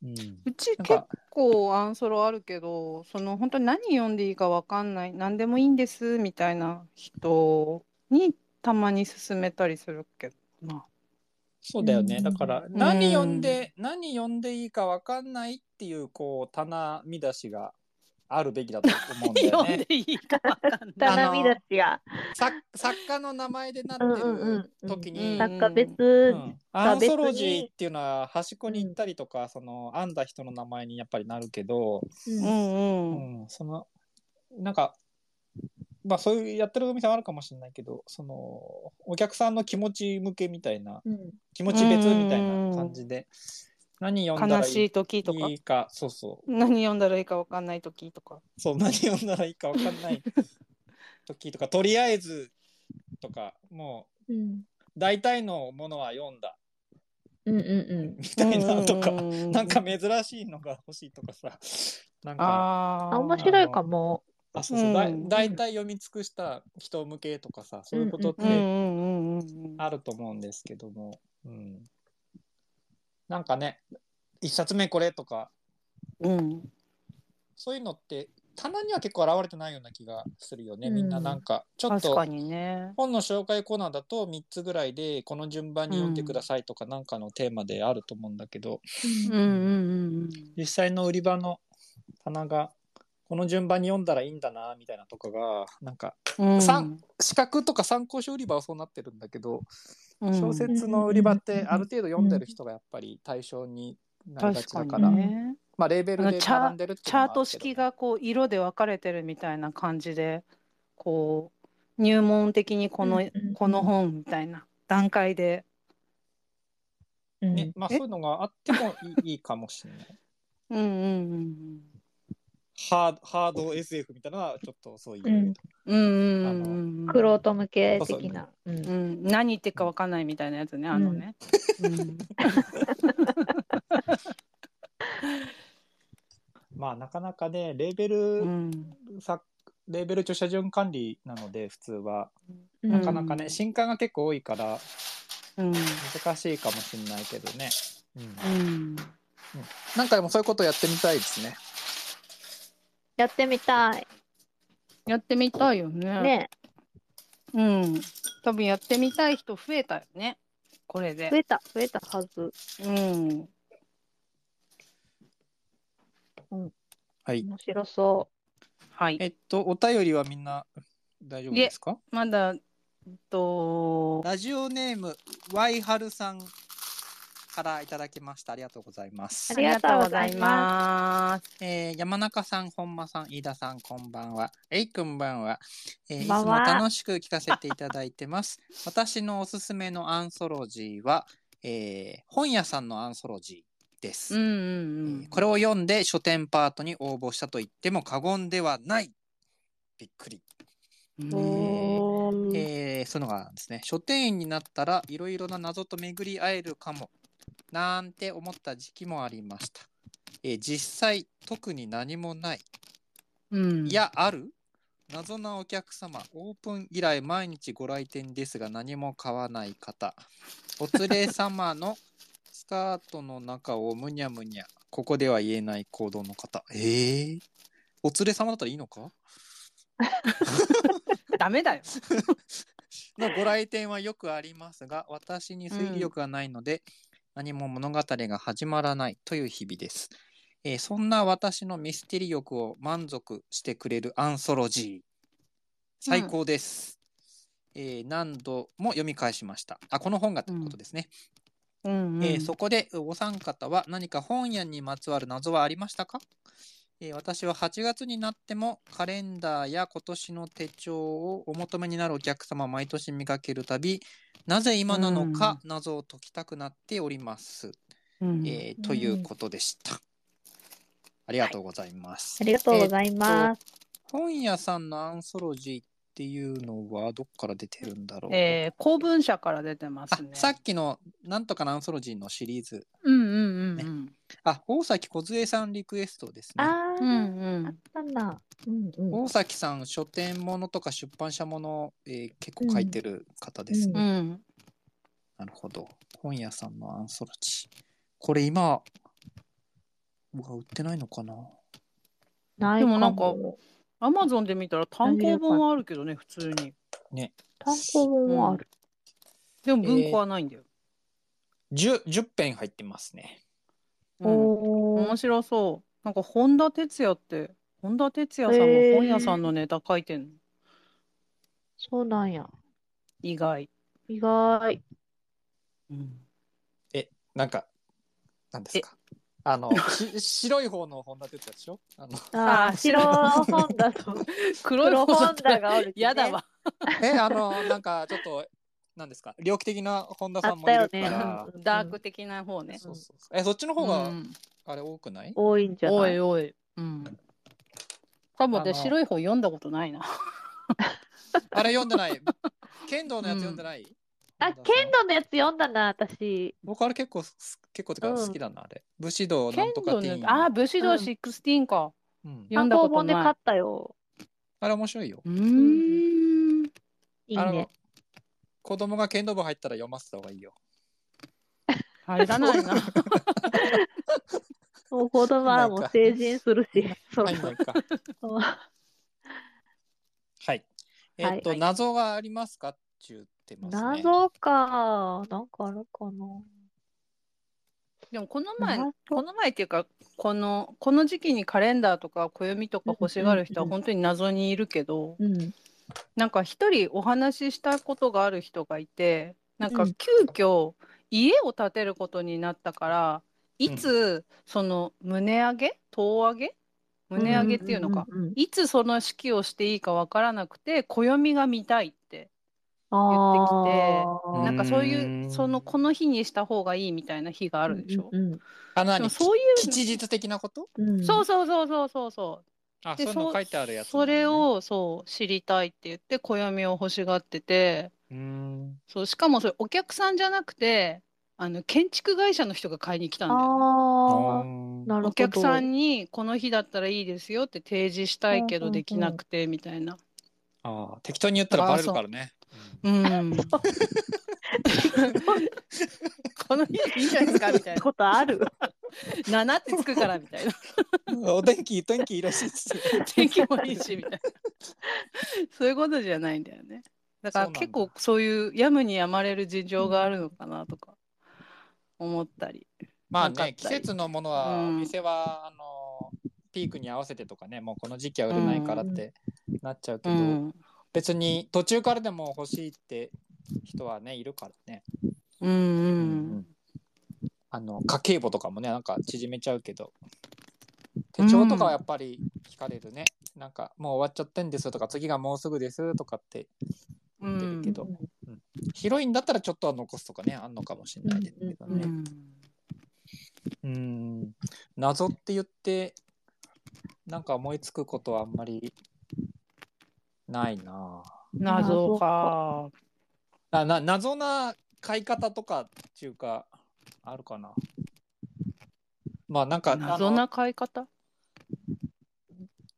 Speaker 3: うん
Speaker 1: うち
Speaker 3: なん
Speaker 1: 結
Speaker 3: か
Speaker 1: 構アンソロあるけど、その本当に何読んでいいかわかんない、何でもいいんですみたいな人にたまに勧めたりするけどな。
Speaker 3: そうだよ
Speaker 2: う
Speaker 3: ね。
Speaker 2: ん
Speaker 3: だから何読んで、何読んでいいかわかんないっていうこう棚見出しがあるべきだと思
Speaker 2: [LAUGHS]
Speaker 3: うんだよ
Speaker 1: 読ん
Speaker 3: ね
Speaker 1: で。いいかわかんない。
Speaker 2: 田波だちが。
Speaker 3: 作作家の名前でなって
Speaker 2: うんうんうん
Speaker 3: る
Speaker 2: うん
Speaker 3: 時
Speaker 1: う
Speaker 3: に、
Speaker 1: ん
Speaker 2: 作家別、
Speaker 3: うんアンソロジ
Speaker 2: 別
Speaker 3: ー
Speaker 2: に
Speaker 3: っていうのは端っこに行ったりとか、その編んだ人の名前にやっぱりなるけど、
Speaker 1: う
Speaker 2: うん
Speaker 1: ん
Speaker 3: う
Speaker 1: うん。
Speaker 3: んそのなんかまあそういうやってるお店はあるかもしれないけどそのお客さんの気持ち向けみたいな
Speaker 2: うん
Speaker 3: 気持ち別みたいな感じで、何読んだ
Speaker 1: 悲
Speaker 3: ら
Speaker 1: し
Speaker 3: い
Speaker 1: い時とか
Speaker 3: い、かそうそう
Speaker 1: 何読んだらいいかわかんない時とか。
Speaker 3: そう何読んだらいいか分かんない時とかとりあえずとかも
Speaker 2: うん
Speaker 3: う大体のものは読んだ
Speaker 2: うんうん
Speaker 3: みたいなとか、
Speaker 1: ううう
Speaker 3: なんか珍しいのが欲しいとかさなんか
Speaker 1: あ
Speaker 2: あ
Speaker 1: あ。
Speaker 2: 面白いかも。
Speaker 3: あそうそう、だ
Speaker 1: うん
Speaker 3: だいたい読み尽くした人向けとかさそういうことっ
Speaker 1: うんう
Speaker 3: て
Speaker 1: んうんうん
Speaker 3: あると思うんですけども、うん、なんかね一冊目これとか
Speaker 1: うん。うん。
Speaker 3: そういうのって棚には結構現れてないような気がするよね、みんな
Speaker 2: うん
Speaker 3: なんかちょっ
Speaker 1: 確
Speaker 3: と
Speaker 1: かにね。
Speaker 3: 本の紹介コーナーだと3つぐらいでこの順番に読んでくださいとかなんかのテーマであると思うんだけど、
Speaker 1: うんうんうんうん。
Speaker 3: 実際の売り場の棚がこの順番に読んだらいいんだなみたいなとかがなんか
Speaker 1: うん
Speaker 3: 三資格とか参考書売り場はそうなってるんだけど、
Speaker 1: うん
Speaker 3: 小説の売り場ってある程度読んでる人がやっぱり対象になりが
Speaker 1: 確
Speaker 3: ちだ
Speaker 1: か
Speaker 3: か
Speaker 1: に
Speaker 3: ら、
Speaker 1: ね。
Speaker 3: まあレーベル
Speaker 1: あ
Speaker 3: で
Speaker 1: のチャ
Speaker 3: 並んでるってい
Speaker 1: チ
Speaker 3: うの
Speaker 1: ャ
Speaker 3: も
Speaker 1: ート式がこう色で分かれてるみたいな感じでこう入門的にこの、
Speaker 2: うんうんうん
Speaker 1: この本みたいな段階で、
Speaker 2: う
Speaker 3: あるけど、
Speaker 2: ん
Speaker 3: ねまあ、そういうのがあってもいいいいかもしれない。
Speaker 1: うんうん
Speaker 3: ハードハード SF みたいなのはちょっとそういう、
Speaker 2: うん
Speaker 1: うんうんうんうんうん
Speaker 2: クロート向け的な。うん
Speaker 1: うん、何言ってるか分かんないみたいなやつねあのね、うん
Speaker 3: まあなかなかねレーベル、
Speaker 1: うん
Speaker 3: 作レーベル著者順管理なので普通は
Speaker 2: うん
Speaker 3: なかなかね、
Speaker 1: うん
Speaker 3: 新刊が結構多いから
Speaker 1: うん
Speaker 3: 難しいかもしれないけどね、うん、
Speaker 1: うん
Speaker 3: なんかでもそういうことやってみたいですね
Speaker 2: やってみたい。
Speaker 1: やってみたいよね
Speaker 2: ね
Speaker 1: うん、多分やってみたい人増えたよねこれで
Speaker 2: 増。えた、増えたはず。
Speaker 1: うん
Speaker 3: はい
Speaker 2: 面白そ
Speaker 1: はい、
Speaker 3: えっとお便りはみんな大丈夫ですか
Speaker 1: まだ、えっと、
Speaker 3: ラジオネームワイハルさんからいただきましたありがとうございます
Speaker 2: ありがとうござい
Speaker 1: ます。
Speaker 3: えー山中さん、本間さん、飯田さん、こんばんは。えい、こんばんは。えーいつ
Speaker 2: こん
Speaker 3: も
Speaker 2: ばんは
Speaker 3: 楽しく聞かせていただいて [LAUGHS] ます。私のおすすめのアンソロジーは、えー本屋さんのアンソロジーです、
Speaker 1: うんう
Speaker 3: え
Speaker 1: ん
Speaker 3: ーこれを読んで書店パートに応募したと言っても過言ではない。びっくり。
Speaker 1: うん。
Speaker 2: う。
Speaker 3: えー
Speaker 2: おー
Speaker 3: えーそういうのがあるんですね。書店員になったらいろいろな謎と巡り会えるかもなんて思った時期もありました。えー実際特に何もない。
Speaker 1: うん、
Speaker 3: いや、ある謎なお客様、オープン以来毎日ご来店ですが何も買わない方。お連れ様のスカートの中をむにゃむにゃ、ここでは言えない行動の方。えー、お連れ様だったらいいのか
Speaker 1: ダメだよ。
Speaker 3: のご来店はよくありますが、私に推理力がないので、何も物語が始まらないという日々です。えーそんな私のミステリ欲を満足してくれるアンソロジー。最高です。えー何度も読み返しました。あ、この本がということですね。
Speaker 1: うんうん
Speaker 3: えーそこでお三方は何か本屋にまつわる謎はありましたか、えー私は8月になってもカレンダーや今年の手帳をお求めになるお客様を毎年見かけるたびなぜ今なのか謎を解きたくなっております、
Speaker 1: うん
Speaker 3: えーということでした。ありがとうございます。
Speaker 2: ありがとうございます。
Speaker 3: 本屋さんのアンソロジーっていうのはどっから出てるんだろう、
Speaker 1: えー公文社から出てます
Speaker 3: あ
Speaker 1: ね。
Speaker 3: さっきのなんとかのアンソロジーのシリーズ。
Speaker 1: うんうんうんうん。
Speaker 3: あ、大崎梢さんリクエストですね。
Speaker 2: あー、
Speaker 1: うんう
Speaker 2: あっ
Speaker 1: ん。
Speaker 2: たな。うんうん。
Speaker 3: 大崎さん、書店ものとか出版社もの、えー結構書いてる方ですね。
Speaker 2: うん
Speaker 1: うん。
Speaker 3: なるほど。本屋さんのアンソロジー。これ今、うわ売ってないのかな
Speaker 2: な
Speaker 1: でもなんかアマゾンで見たら単行本はあるけどね、普通に。
Speaker 2: 単行本もある。
Speaker 1: でも文庫はないんだよ。
Speaker 3: 10, 10編入ってますね。
Speaker 1: うん
Speaker 2: お
Speaker 1: 面
Speaker 2: ー
Speaker 1: 白そう。なんか本田哲也って、本田哲也さんが本屋さんのネタ書いてんの。
Speaker 2: そうなんや。
Speaker 1: 意外。
Speaker 2: 意外。
Speaker 1: うん
Speaker 3: なんか、なんですかあの、し [LAUGHS] 白い方の本田哲也でしょあの
Speaker 2: あ
Speaker 1: あ
Speaker 2: あ、白本だと。
Speaker 1: [LAUGHS] 黒い
Speaker 2: 黒
Speaker 1: 本
Speaker 2: 本
Speaker 1: だ
Speaker 2: だがおるしね
Speaker 1: やだ。わ。
Speaker 3: え、あの、なんかちょっと、なんですか猟奇的な本田さんもい
Speaker 2: あ
Speaker 3: る
Speaker 2: った
Speaker 3: か
Speaker 2: よね
Speaker 3: ら。
Speaker 2: うん
Speaker 1: ダーク的な方ね。
Speaker 3: そうそうそうえ、そっちの方
Speaker 1: う
Speaker 3: が、
Speaker 1: ん
Speaker 3: あれ多くない、
Speaker 2: 多いんじゃ
Speaker 1: お
Speaker 2: ない
Speaker 1: いおい。うん。かも
Speaker 3: あ
Speaker 1: で
Speaker 3: の
Speaker 1: 白い本読んだことないな。
Speaker 3: あれ読んで
Speaker 2: [LAUGHS]
Speaker 3: ない。剣道のやつ読んでない、
Speaker 2: あ、
Speaker 3: 本田さん
Speaker 2: 剣道のやつ読んだな、私。
Speaker 3: 僕あれ結構す、結構てか
Speaker 2: うん
Speaker 3: 好きだな、あれ。武士道な
Speaker 1: 剣
Speaker 3: んとか
Speaker 1: 道
Speaker 3: ティーン。
Speaker 1: の、ああ、武士道
Speaker 2: うん
Speaker 1: 16か。
Speaker 3: うん、
Speaker 1: 読んだこと
Speaker 2: 単行本で
Speaker 1: ない
Speaker 2: 買ったよ。
Speaker 3: あれ面白いよ。
Speaker 1: うーん。
Speaker 2: いい
Speaker 3: あ
Speaker 2: ね
Speaker 3: の。、子供が剣道部入ったら読ませた方がいいよ。
Speaker 1: 入らないな。
Speaker 2: もう子供はもう成人する
Speaker 1: [LAUGHS]
Speaker 2: し。そう
Speaker 3: はい、
Speaker 2: そ
Speaker 3: もう
Speaker 2: う
Speaker 3: 一
Speaker 2: [LAUGHS]
Speaker 3: 回。
Speaker 2: そう。
Speaker 3: はい。えっと、
Speaker 2: はい
Speaker 3: 謎がありますかって言ってますね。
Speaker 2: 謎か。なんかあるかな。
Speaker 1: でもこの前
Speaker 2: なる、ほど
Speaker 1: この前っていうか、この、この時期にカレンダーとか暦とか欲しがる人は本当に謎にいるけど、
Speaker 2: うん。
Speaker 1: なんか一人お話ししたことがある人がいて、なん
Speaker 2: う
Speaker 1: か
Speaker 2: ん
Speaker 1: 急遽家を建てることになったから、いつその胸上げ、頭上げ、胸上げっていうのか、
Speaker 2: んんうんうん。
Speaker 1: いつその式をしていいかわからなくて、暦が見たいって。
Speaker 3: う
Speaker 2: あ
Speaker 3: ん
Speaker 2: あ。
Speaker 1: なんかそういうう、
Speaker 3: ん
Speaker 1: そのこの日にした方がいいみたいな日があ
Speaker 2: あ
Speaker 1: るでしょ。
Speaker 2: うん
Speaker 3: あの
Speaker 1: でも
Speaker 3: 何
Speaker 1: そういう
Speaker 3: 吉日的なこと
Speaker 2: うん。
Speaker 1: そうそうそうそうそうそう。
Speaker 3: あ、そ
Speaker 1: で
Speaker 3: ういうの書いてあるやつ、
Speaker 1: それ。をそう知りたいって言って暦を欲しがってて
Speaker 3: うーん。
Speaker 1: そうしかもそれお客さんじゃなくてあの建築会社の人が買いに来たんだよね。
Speaker 2: あ
Speaker 3: う
Speaker 2: あ。
Speaker 3: ーん
Speaker 2: なるほど。
Speaker 1: お客さ
Speaker 2: [LAUGHS]
Speaker 1: んにこの日だったらいいですよって提示したいけどできなくてみたいな。
Speaker 3: あー適当に言ったらバレるからね。うん
Speaker 1: うん。 [LAUGHS] この日でいいんじゃないですかみたい [LAUGHS] な。
Speaker 2: ことある。
Speaker 1: 7ってつくからみたいな。
Speaker 3: [LAUGHS] お天気、天気いいらしいっすよ。
Speaker 1: 天気もいいしみたいなそういうことじゃないんだよねだから
Speaker 3: そうなんだ
Speaker 1: 結構そういうやむにやまれる事情があるのかなとか思ったり
Speaker 3: まあ
Speaker 1: なかっ
Speaker 3: ね、
Speaker 1: たり
Speaker 3: 季節のものは、
Speaker 1: うん
Speaker 3: お店は、あの、ピークに合わせてとかね、もうこの時期は売れないからってなっちゃうけ
Speaker 1: う
Speaker 3: ど、
Speaker 1: ん、
Speaker 3: 別に途中からでも欲しいって人はね、いるからね。
Speaker 1: うんう、
Speaker 3: うんあの、家計簿とかもね、なんか縮めちゃうけど、手帳とかはやっぱり惹かれるね。なんか、もう終わっちゃってんですとか、次がもうすぐですとかって言ってるけど、広いんだったらちょっとは残すとかね、あんのかもしれないですけど
Speaker 1: う
Speaker 3: ね。
Speaker 1: ん
Speaker 3: うん謎って言ってなんか思いつくことはあんまりないなぁ
Speaker 1: 謎か
Speaker 3: あな謎な買い方とかっていうかあるかなまあなんかあの
Speaker 1: 謎な買い方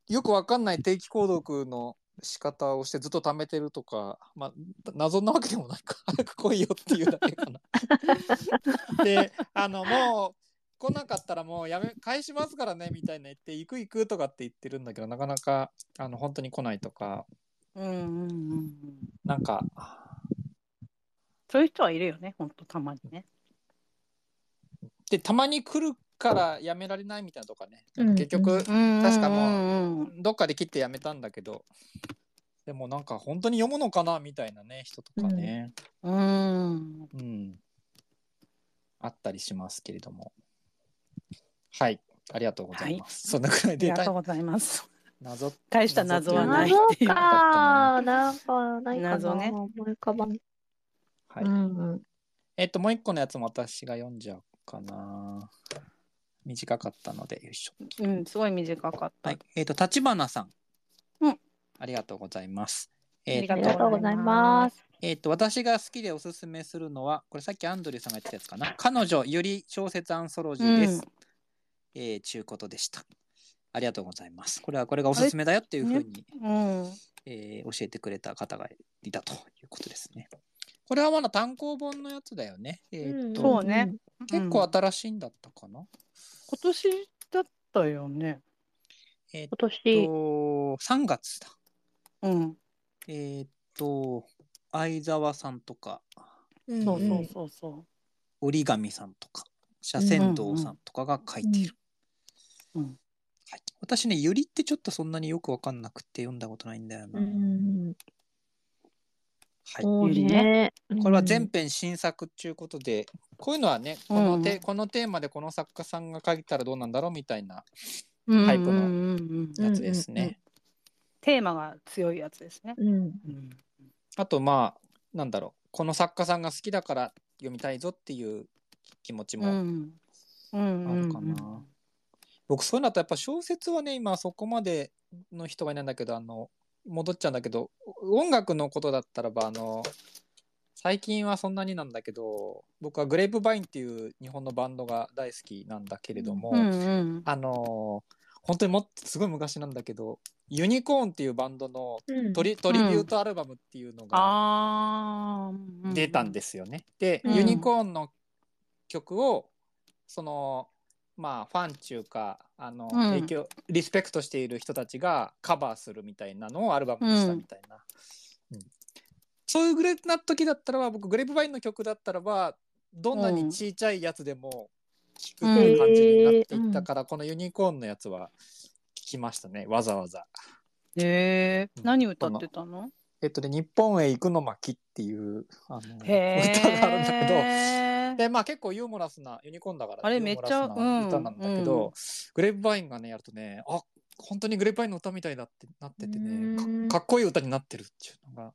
Speaker 3: よくわかんない定期購読の仕方をしてずっと貯めてるとか、まあ、謎なわけでもないか [LAUGHS] 早く来いよっていうだけかな。であのもう来なかったらもうやめ返しますからねみたいな言って行く行くとかって言ってるんだけどなかなかあの本当に来ないとか
Speaker 1: うんうんうんうん
Speaker 3: なんか
Speaker 1: そういう人はいるよねほんとたまにね
Speaker 3: でたまに来るからやめられないみたいなとかね、
Speaker 2: うん
Speaker 3: 結局
Speaker 1: 確
Speaker 3: か
Speaker 1: もう
Speaker 3: どっかで切ってやめたんだけどでもなんか本当に読むのかなみたいなね人とかね。
Speaker 1: うん
Speaker 3: うん、あったりしますけれども。はい、ありがとうございます。そんなくら
Speaker 1: あ
Speaker 3: い
Speaker 1: り
Speaker 3: で
Speaker 1: がとう
Speaker 3: 大
Speaker 1: ございます
Speaker 3: 謎
Speaker 1: 大した謎はない
Speaker 2: 謎
Speaker 1: っていう
Speaker 2: か。なんかないか
Speaker 1: 謎
Speaker 2: な。
Speaker 1: ね
Speaker 2: 思い浮かばない。
Speaker 3: はい。
Speaker 2: うんうん。
Speaker 3: えっともう一個のやつも私が読んじゃおうかな。短かったので、よいしょ。
Speaker 1: うん、すごい短かった。
Speaker 3: はい。えっ、と、立花さん。
Speaker 1: うん。
Speaker 3: ありがとうございます。
Speaker 1: あ
Speaker 3: えっ、
Speaker 1: りが
Speaker 2: あり
Speaker 3: と
Speaker 2: がとうございます。
Speaker 3: えっと、私が好きでおすすめするのは、これさっきアンドリューさんが言ってたやつかな。彼女より小説アンソロジーです。
Speaker 1: うん
Speaker 3: えー、ちゅうことでした。ありがとうございます。これはこれがおすすめだよっていうふうに、
Speaker 1: うん。
Speaker 3: えー教えてくれた方がいたということですね。これはまだ単行本のやつだよね。えーっと、
Speaker 1: そうね
Speaker 3: 結構新しいんだったかな。
Speaker 1: 今年だったよね。
Speaker 3: えーっ
Speaker 2: 今年、
Speaker 3: と、3月だ。
Speaker 1: うん。
Speaker 3: えーっと、相沢さんとか、
Speaker 1: そうそ
Speaker 3: ん
Speaker 1: うそうそ
Speaker 3: 折り紙さんとか、斜線堂さんとかが書いている。
Speaker 1: うんうんうん
Speaker 3: はい、私ね、ゆりってちょっとそんなによくわかんなくて読んだことないんだよな。
Speaker 2: うん
Speaker 3: はい。
Speaker 2: そう
Speaker 1: ゆり
Speaker 2: ね。
Speaker 3: これは全編新作っていうことで、こういうのはね、このて、このテーマでこの作家さんが書いたらどうなんだろうみたいな
Speaker 1: う。
Speaker 3: タイプの
Speaker 1: うんうんうんうん
Speaker 3: やつですね。
Speaker 2: うんうんうん
Speaker 1: テーマが強いやつですね。
Speaker 2: うん。
Speaker 1: うん。
Speaker 3: あとまあ、なんだろう、この作家さんが好きだから読みたいぞっていう気持ち
Speaker 1: う
Speaker 3: も、
Speaker 1: ん。うんうん
Speaker 3: あるかな僕そういうのだとやっぱ小説はね、今そこまでの人がいないんだけど、あの、戻っちゃうんだけど、音楽のことだったらば、あの、最近はそんなになんだけど、僕はグレープバインっていう日本のバンドが大好きなんだけれども、
Speaker 1: うんうん。
Speaker 3: あのー本当にもっとすごい昔なんだけど、ユニコーンっていうバンドの
Speaker 2: うん
Speaker 3: トリトリビュートアルバムっていうのが
Speaker 1: ああ。
Speaker 3: 出たんですよね。で、
Speaker 2: うん
Speaker 3: ユニコーンの曲を、その、まあ、ファン中か、あの、
Speaker 1: うん
Speaker 3: 影響、リスペクトしている人たちがカバーするみたいなのをアルバムにしたみたいな。うんそういうぐらいな時だったらば、僕、グレープバインの曲だったらば、どんなにちいちゃいやつでも聴くっていう感じになっていったから、このユニコーンのやつは聴きましたね、わざわざ。
Speaker 1: へえ。何歌ってたの
Speaker 3: えっとね、日本へ行くの巻っていう、あの、歌
Speaker 1: へえ。
Speaker 3: があるんだけど、でまあ結構ユーモラスなユニコーンだから
Speaker 1: あれめっちゃ
Speaker 3: ユーモラスな歌なんだけど、
Speaker 1: うん
Speaker 3: グレープバインがねやるとねあ本当にグレープバインの歌みたいだってなっててね
Speaker 2: うーん
Speaker 3: かかっこいい歌になってるっていうのが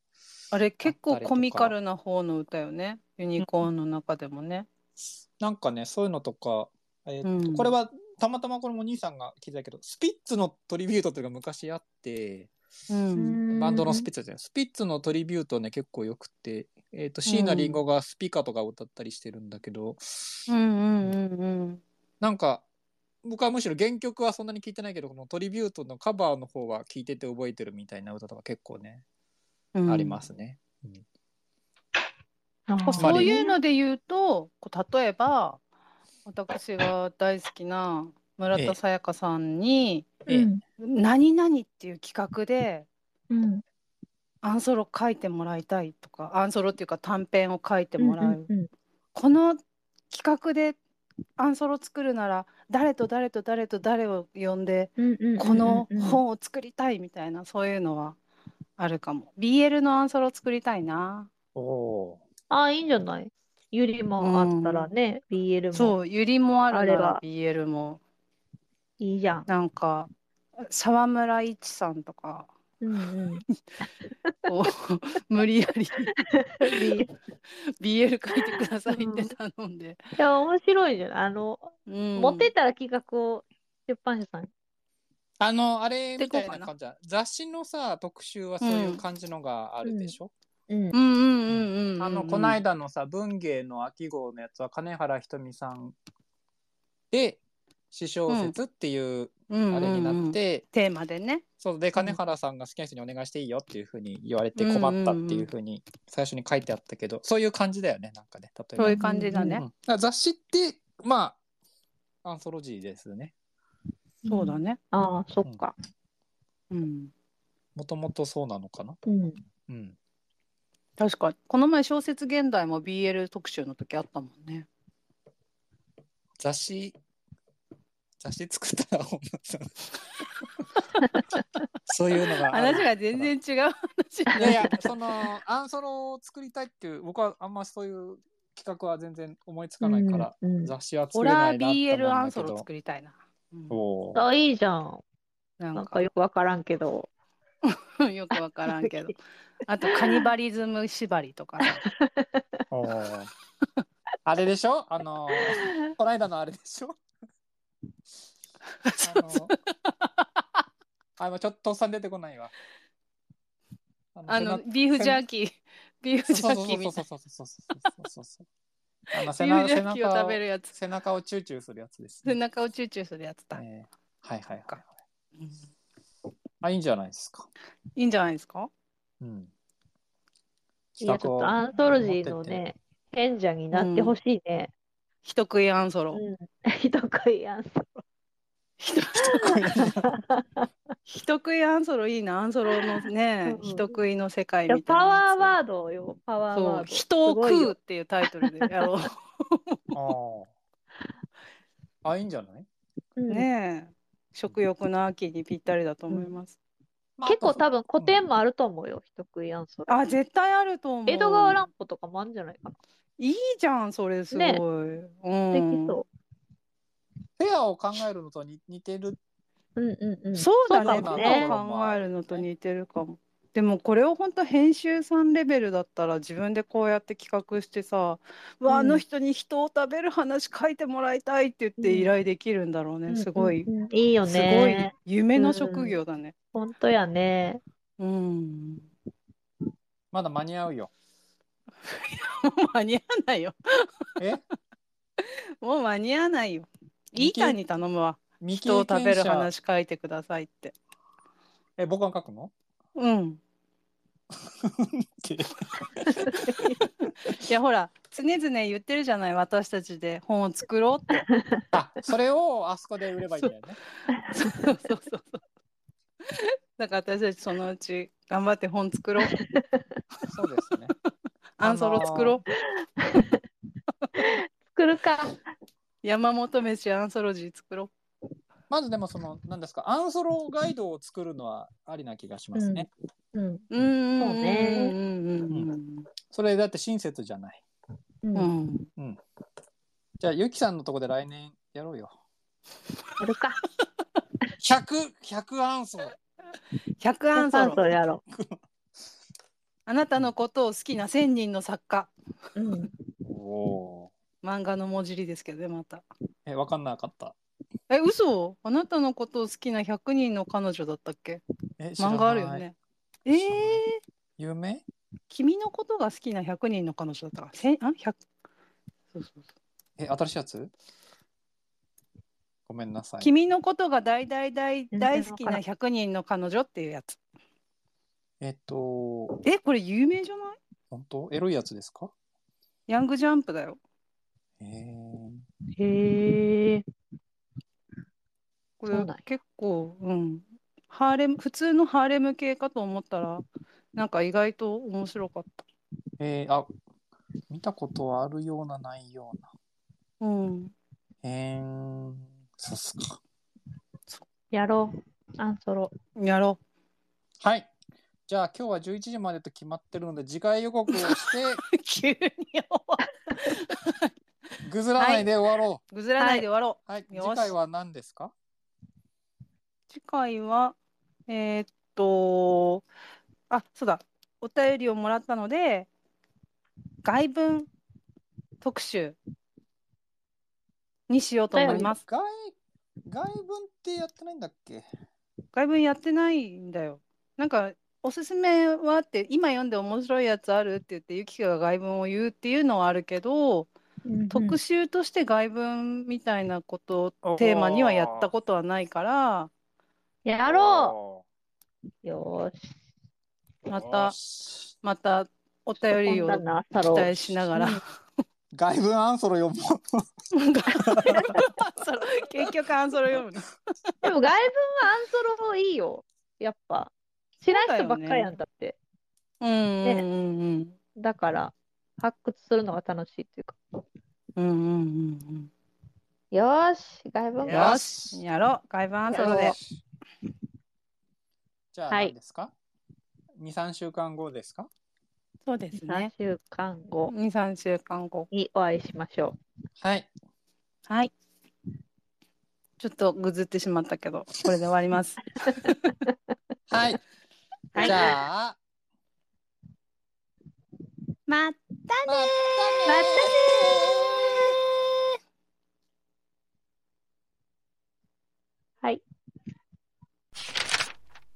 Speaker 1: あれ結構コミカルな方の歌よね。ユニコーンの中でもね。
Speaker 3: なんかねそういうのとか、えーっと
Speaker 1: うん
Speaker 3: これはたまたまこれもお兄さんが聞いたけどスピッツのトリビュートというか昔あって
Speaker 1: うん。
Speaker 3: バンドのスピッツじゃないスピッツのトリビュートね結構よくて、えーっと椎名林檎がスピカとか歌ったりしてるんだけど、
Speaker 1: うんうんうんうん。
Speaker 3: なんか僕はむしろ原曲はそんなに聞いてないけどこのトリビュートのカバーの方は聞いてて覚えてるみたいな歌とか結構ね、
Speaker 1: うん
Speaker 3: ありますね。
Speaker 1: こう
Speaker 3: つまり
Speaker 1: そういうので言うとこう例えば私が大好きな村田沙耶香さんに
Speaker 3: ええ
Speaker 2: うん
Speaker 1: 「何々」っていう企画で
Speaker 2: うん
Speaker 1: アンソロ書いてもらいたいとかアンソロっていうか短編を書いてもらう、
Speaker 2: うんうん
Speaker 1: この企画でアンソロ作るなら誰と誰と誰と誰を呼んで
Speaker 2: うんうんうん
Speaker 1: この本を作りたいみたいなそういうのはあるかも BL のアンソロ作りたいな
Speaker 3: おお
Speaker 2: ああ、いいんじゃないゆりもあったらね、BL も
Speaker 1: そうゆりもあるなら
Speaker 2: あ
Speaker 1: BL も。
Speaker 2: いいじゃん。
Speaker 1: なんか沢村一さんとか
Speaker 2: うんうん。
Speaker 1: こう [LAUGHS] 無理やり
Speaker 2: BL い
Speaker 1: BL 書いてくださいって頼んで、
Speaker 2: や、面白いじゃん。あの、
Speaker 1: うん、
Speaker 2: 持ってったら企画を出版社さんに。
Speaker 3: あのあれ
Speaker 1: で
Speaker 3: み
Speaker 1: こ
Speaker 3: た
Speaker 1: う
Speaker 3: い
Speaker 1: かな
Speaker 3: な感じだ雑誌のさ特集はそういう感じのがあるでしょ、
Speaker 2: う
Speaker 1: う。
Speaker 2: ん
Speaker 1: んうんうんうんうん
Speaker 3: あのこの間のさ文芸の秋号のやつは金原ひとみさんで私小説っていう
Speaker 1: うん
Speaker 3: あれになっ
Speaker 1: う
Speaker 3: て、
Speaker 1: んうんテーマでね
Speaker 3: そうで金原さんが好きな人にお願いしていいよっていうふうに言われて困ったっていうふうに最初に書いてあったけど、そういう感じだよねなんかね例えば
Speaker 1: そういう感じだ
Speaker 3: うん
Speaker 1: ね、
Speaker 3: だから雑誌ってまあアンソロジーですね
Speaker 1: そうだ。ね
Speaker 2: ああ、そっか。
Speaker 1: うん
Speaker 3: もともとそうなのかな、
Speaker 2: うん。
Speaker 3: うん、
Speaker 1: 確かこの前小説現代も BL 特集の時あったもんね
Speaker 3: 雑誌雑誌作ったら本間さ
Speaker 1: [LAUGHS]
Speaker 3: んそういうのがある
Speaker 1: 話が全然違 [LAUGHS] う
Speaker 3: いやいやそのアンソロを作りたいっていう僕はあんまそういう企画は全然思いつかないから、
Speaker 2: うん。
Speaker 3: 雑誌は
Speaker 1: ホ
Speaker 3: 作れ
Speaker 1: ラ
Speaker 3: な
Speaker 1: ー
Speaker 3: いなって思うんだけ
Speaker 1: BL
Speaker 3: ど
Speaker 1: アンソロ作りたいな、うん
Speaker 3: おー
Speaker 2: あ、いいじゃん。
Speaker 1: な
Speaker 2: なん
Speaker 1: ん
Speaker 2: か
Speaker 1: か
Speaker 2: よくわからんけど。
Speaker 1: [LAUGHS] よくわからんけ [LAUGHS] どあとカニバリズム縛りとかね
Speaker 3: おーあれでしょあのー、こないだのあれでしょあのー、あ、今ちょっととっさに出てこないわ。あ
Speaker 1: あの、ビーフジャーキー、ビーフジャーキーみたいな。
Speaker 3: そうそうそうそうそうそうそうそうそう。あの
Speaker 1: ビ
Speaker 3: 背
Speaker 1: ーフジ
Speaker 3: 中背
Speaker 1: ャーキーを
Speaker 3: 中
Speaker 1: 食
Speaker 3: を
Speaker 1: べるやつ。
Speaker 3: 背中をチューチューするやつです、
Speaker 1: 背
Speaker 3: ね。
Speaker 1: 中をチューチューするやつだ。
Speaker 3: えーはいはいはい。
Speaker 1: うんい
Speaker 3: あいいんじゃないですか。
Speaker 1: いんじゃないですか
Speaker 3: うん。
Speaker 2: いや、ちょっとアンソロジーのね、賢者になってほしいね。
Speaker 1: 人食いアンソロ。
Speaker 2: うん。 [LAUGHS] ひどくいアンソロ。
Speaker 1: 人人食いアンソロいいな。アンソロのね、
Speaker 2: うん
Speaker 1: 人食いの世界
Speaker 2: いや
Speaker 1: みたい
Speaker 2: パ
Speaker 1: なや
Speaker 2: ワ
Speaker 1: つ。
Speaker 2: ーワードよ、パワー
Speaker 1: そ
Speaker 2: ワ
Speaker 1: う、
Speaker 2: ード。
Speaker 1: 人を
Speaker 2: すごい
Speaker 1: 食うっ
Speaker 2: よ
Speaker 1: ていうタイト
Speaker 2: [LAUGHS]
Speaker 1: ルでやろ
Speaker 3: 持ってってあーあ、いいんじゃない、
Speaker 2: うん
Speaker 1: う。ねえ。食欲の秋にぴったりだと思います。
Speaker 3: まあ
Speaker 2: 結構
Speaker 3: あと
Speaker 2: 多分古典もあると思うよ、人食いアンソロ。
Speaker 1: あ、絶対あると思う。
Speaker 2: 江戸川乱歩とかもあるんじゃないか
Speaker 1: いいじゃん、それすごい。
Speaker 2: ね
Speaker 1: う
Speaker 2: な。でき
Speaker 1: ん。
Speaker 2: そ
Speaker 3: フェアを考えるのとに似てる。
Speaker 2: う。うんうんうん。
Speaker 1: そうだ
Speaker 2: そ
Speaker 1: ね、
Speaker 2: う
Speaker 1: ペ
Speaker 2: かも
Speaker 1: ア
Speaker 2: ね
Speaker 1: を考えるのと似てるかも。でもこれを本当編集さんレベルだったら自分でこうやって企画してさ、うわ
Speaker 2: うん
Speaker 1: あの人に人を食べる話書いてもらいたいって言って依頼できるんだろうね。すごい、
Speaker 2: うんうんうんいいよ
Speaker 1: すごい
Speaker 2: ね。
Speaker 1: 夢の職業だね。
Speaker 2: 本当やね。
Speaker 1: うん。
Speaker 3: まだ間に合うよ。
Speaker 1: 間に合わないよ。
Speaker 3: え
Speaker 1: [LAUGHS] もう間に合わないよ。イ
Speaker 3: 未
Speaker 1: ー
Speaker 3: 経
Speaker 1: ターに頼むわ。
Speaker 3: 未
Speaker 1: 人を
Speaker 3: 経
Speaker 1: 食べ
Speaker 3: 験
Speaker 1: る
Speaker 3: 者。
Speaker 1: 話書いてくださいって。
Speaker 3: え、僕が書くの
Speaker 1: うん。
Speaker 3: って
Speaker 1: いやほら常々言ってるじゃない私たちで本を作ろうって。
Speaker 3: あ、それをあそこで売ればいいんだよね。
Speaker 1: そうそうそうそう。だから私たちそのうち頑張って本作ろう。
Speaker 3: そうですね。
Speaker 1: アンソロ作ろう。
Speaker 2: 作るか。
Speaker 1: 山本飯アンソロジー作ろ
Speaker 3: まずでもその、何ですか、アンソロガイドを作るのはありな気がしますね。
Speaker 2: うん。
Speaker 1: う。うん
Speaker 2: そうね
Speaker 1: うんうん
Speaker 3: それだって親切じゃない。
Speaker 2: う。
Speaker 1: うんうんん。うん。
Speaker 3: じゃあ、ゆきさんのとこで来年やろうよ。
Speaker 2: やるか。
Speaker 3: 100、100アンソロ。
Speaker 1: 100アン
Speaker 2: ア
Speaker 1: ソ
Speaker 2: ン
Speaker 1: ロ
Speaker 2: ソ。ロやろ
Speaker 1: あなたのことを好きな1000人の作家。
Speaker 2: う。うん。
Speaker 3: おー
Speaker 1: 漫画の文字りですけどねまた。
Speaker 3: え、わかんなかった。
Speaker 1: え嘘あなたのことを好きな100人の彼女だったっけ
Speaker 3: え、知ら
Speaker 1: 漫
Speaker 3: ない
Speaker 1: 画あるよ。ね。え
Speaker 3: 知らない
Speaker 1: ー。
Speaker 3: 夢
Speaker 1: 君のことが好きな100人の彼女だったから、千あ100そうそうそう
Speaker 3: え、新しいやつごめんなさい。
Speaker 1: 君のことが大大大
Speaker 2: 全然
Speaker 1: 大好きな
Speaker 2: わ
Speaker 1: 100人の彼女っていうやつ。
Speaker 3: えっと、
Speaker 1: え、これ有名じゃない
Speaker 3: 本当エロいやつですか
Speaker 1: ヤングジャンプだよ。
Speaker 3: えー、
Speaker 2: へえ。
Speaker 1: これ
Speaker 2: そうなんや
Speaker 1: 結構、うん。ハーレム、普通のハーレム系かと思ったら、なんか意外と面白かっ
Speaker 3: えー、あ、見たことはあるような、ないような。
Speaker 1: た。うん。
Speaker 3: えー、そうっすか。
Speaker 2: やろう。アンソロ。
Speaker 1: やろ
Speaker 3: はい。じゃあ今日は11時までと決まってるので次回予告
Speaker 1: [LAUGHS]
Speaker 3: をして
Speaker 1: う。急に終わ
Speaker 3: ぐずらないで終わろ
Speaker 1: る。ぐずらないで終わろう。
Speaker 3: う。はい、
Speaker 1: よし
Speaker 3: 次回は何ですか
Speaker 1: 次回は、えーっと、あ、そうだ。お便りをもらったので、外文特集にしようと思います。
Speaker 3: 外外文ってやってないんだっけ
Speaker 1: 外文やってないんだよ。なんか、おすすめはって、今読んで面白いやつあるって言って、ゆきかが外文を言うっていうのはあるけど、特集として外文みたいなことをテーマにはやったことはないから、
Speaker 2: やろう。よーし。
Speaker 1: ま
Speaker 3: よ
Speaker 1: た、
Speaker 3: し
Speaker 1: またお便りを
Speaker 2: 今度はアン
Speaker 1: 期
Speaker 2: ソロ。
Speaker 1: 待しながら。
Speaker 3: 外文アンソロ読もう。
Speaker 1: それ結局アンソロ読むの。
Speaker 2: でも外文はアンソロいいよ。やっぱ。知らん人ばっかりなんだって。
Speaker 1: うんうん
Speaker 2: だから、発掘するのが楽しいっていうか。
Speaker 1: うんうんうんうん
Speaker 2: よーし、外文
Speaker 1: うん。
Speaker 2: が
Speaker 1: よし、やろう。外番アンソロで
Speaker 2: や。
Speaker 3: じゃあ
Speaker 2: はい
Speaker 3: 何ですか、二三 ?2、3週間後ですか
Speaker 1: そうです
Speaker 2: 3
Speaker 1: ね。
Speaker 2: 週間後
Speaker 1: 二三週間後。
Speaker 2: にお会いしましょ
Speaker 3: はい。
Speaker 1: はい。ちょっとぐずってしまったけど、これで終わります。
Speaker 3: はい。
Speaker 2: はい
Speaker 3: じゃあ、
Speaker 1: またね
Speaker 3: またね
Speaker 2: う。またねー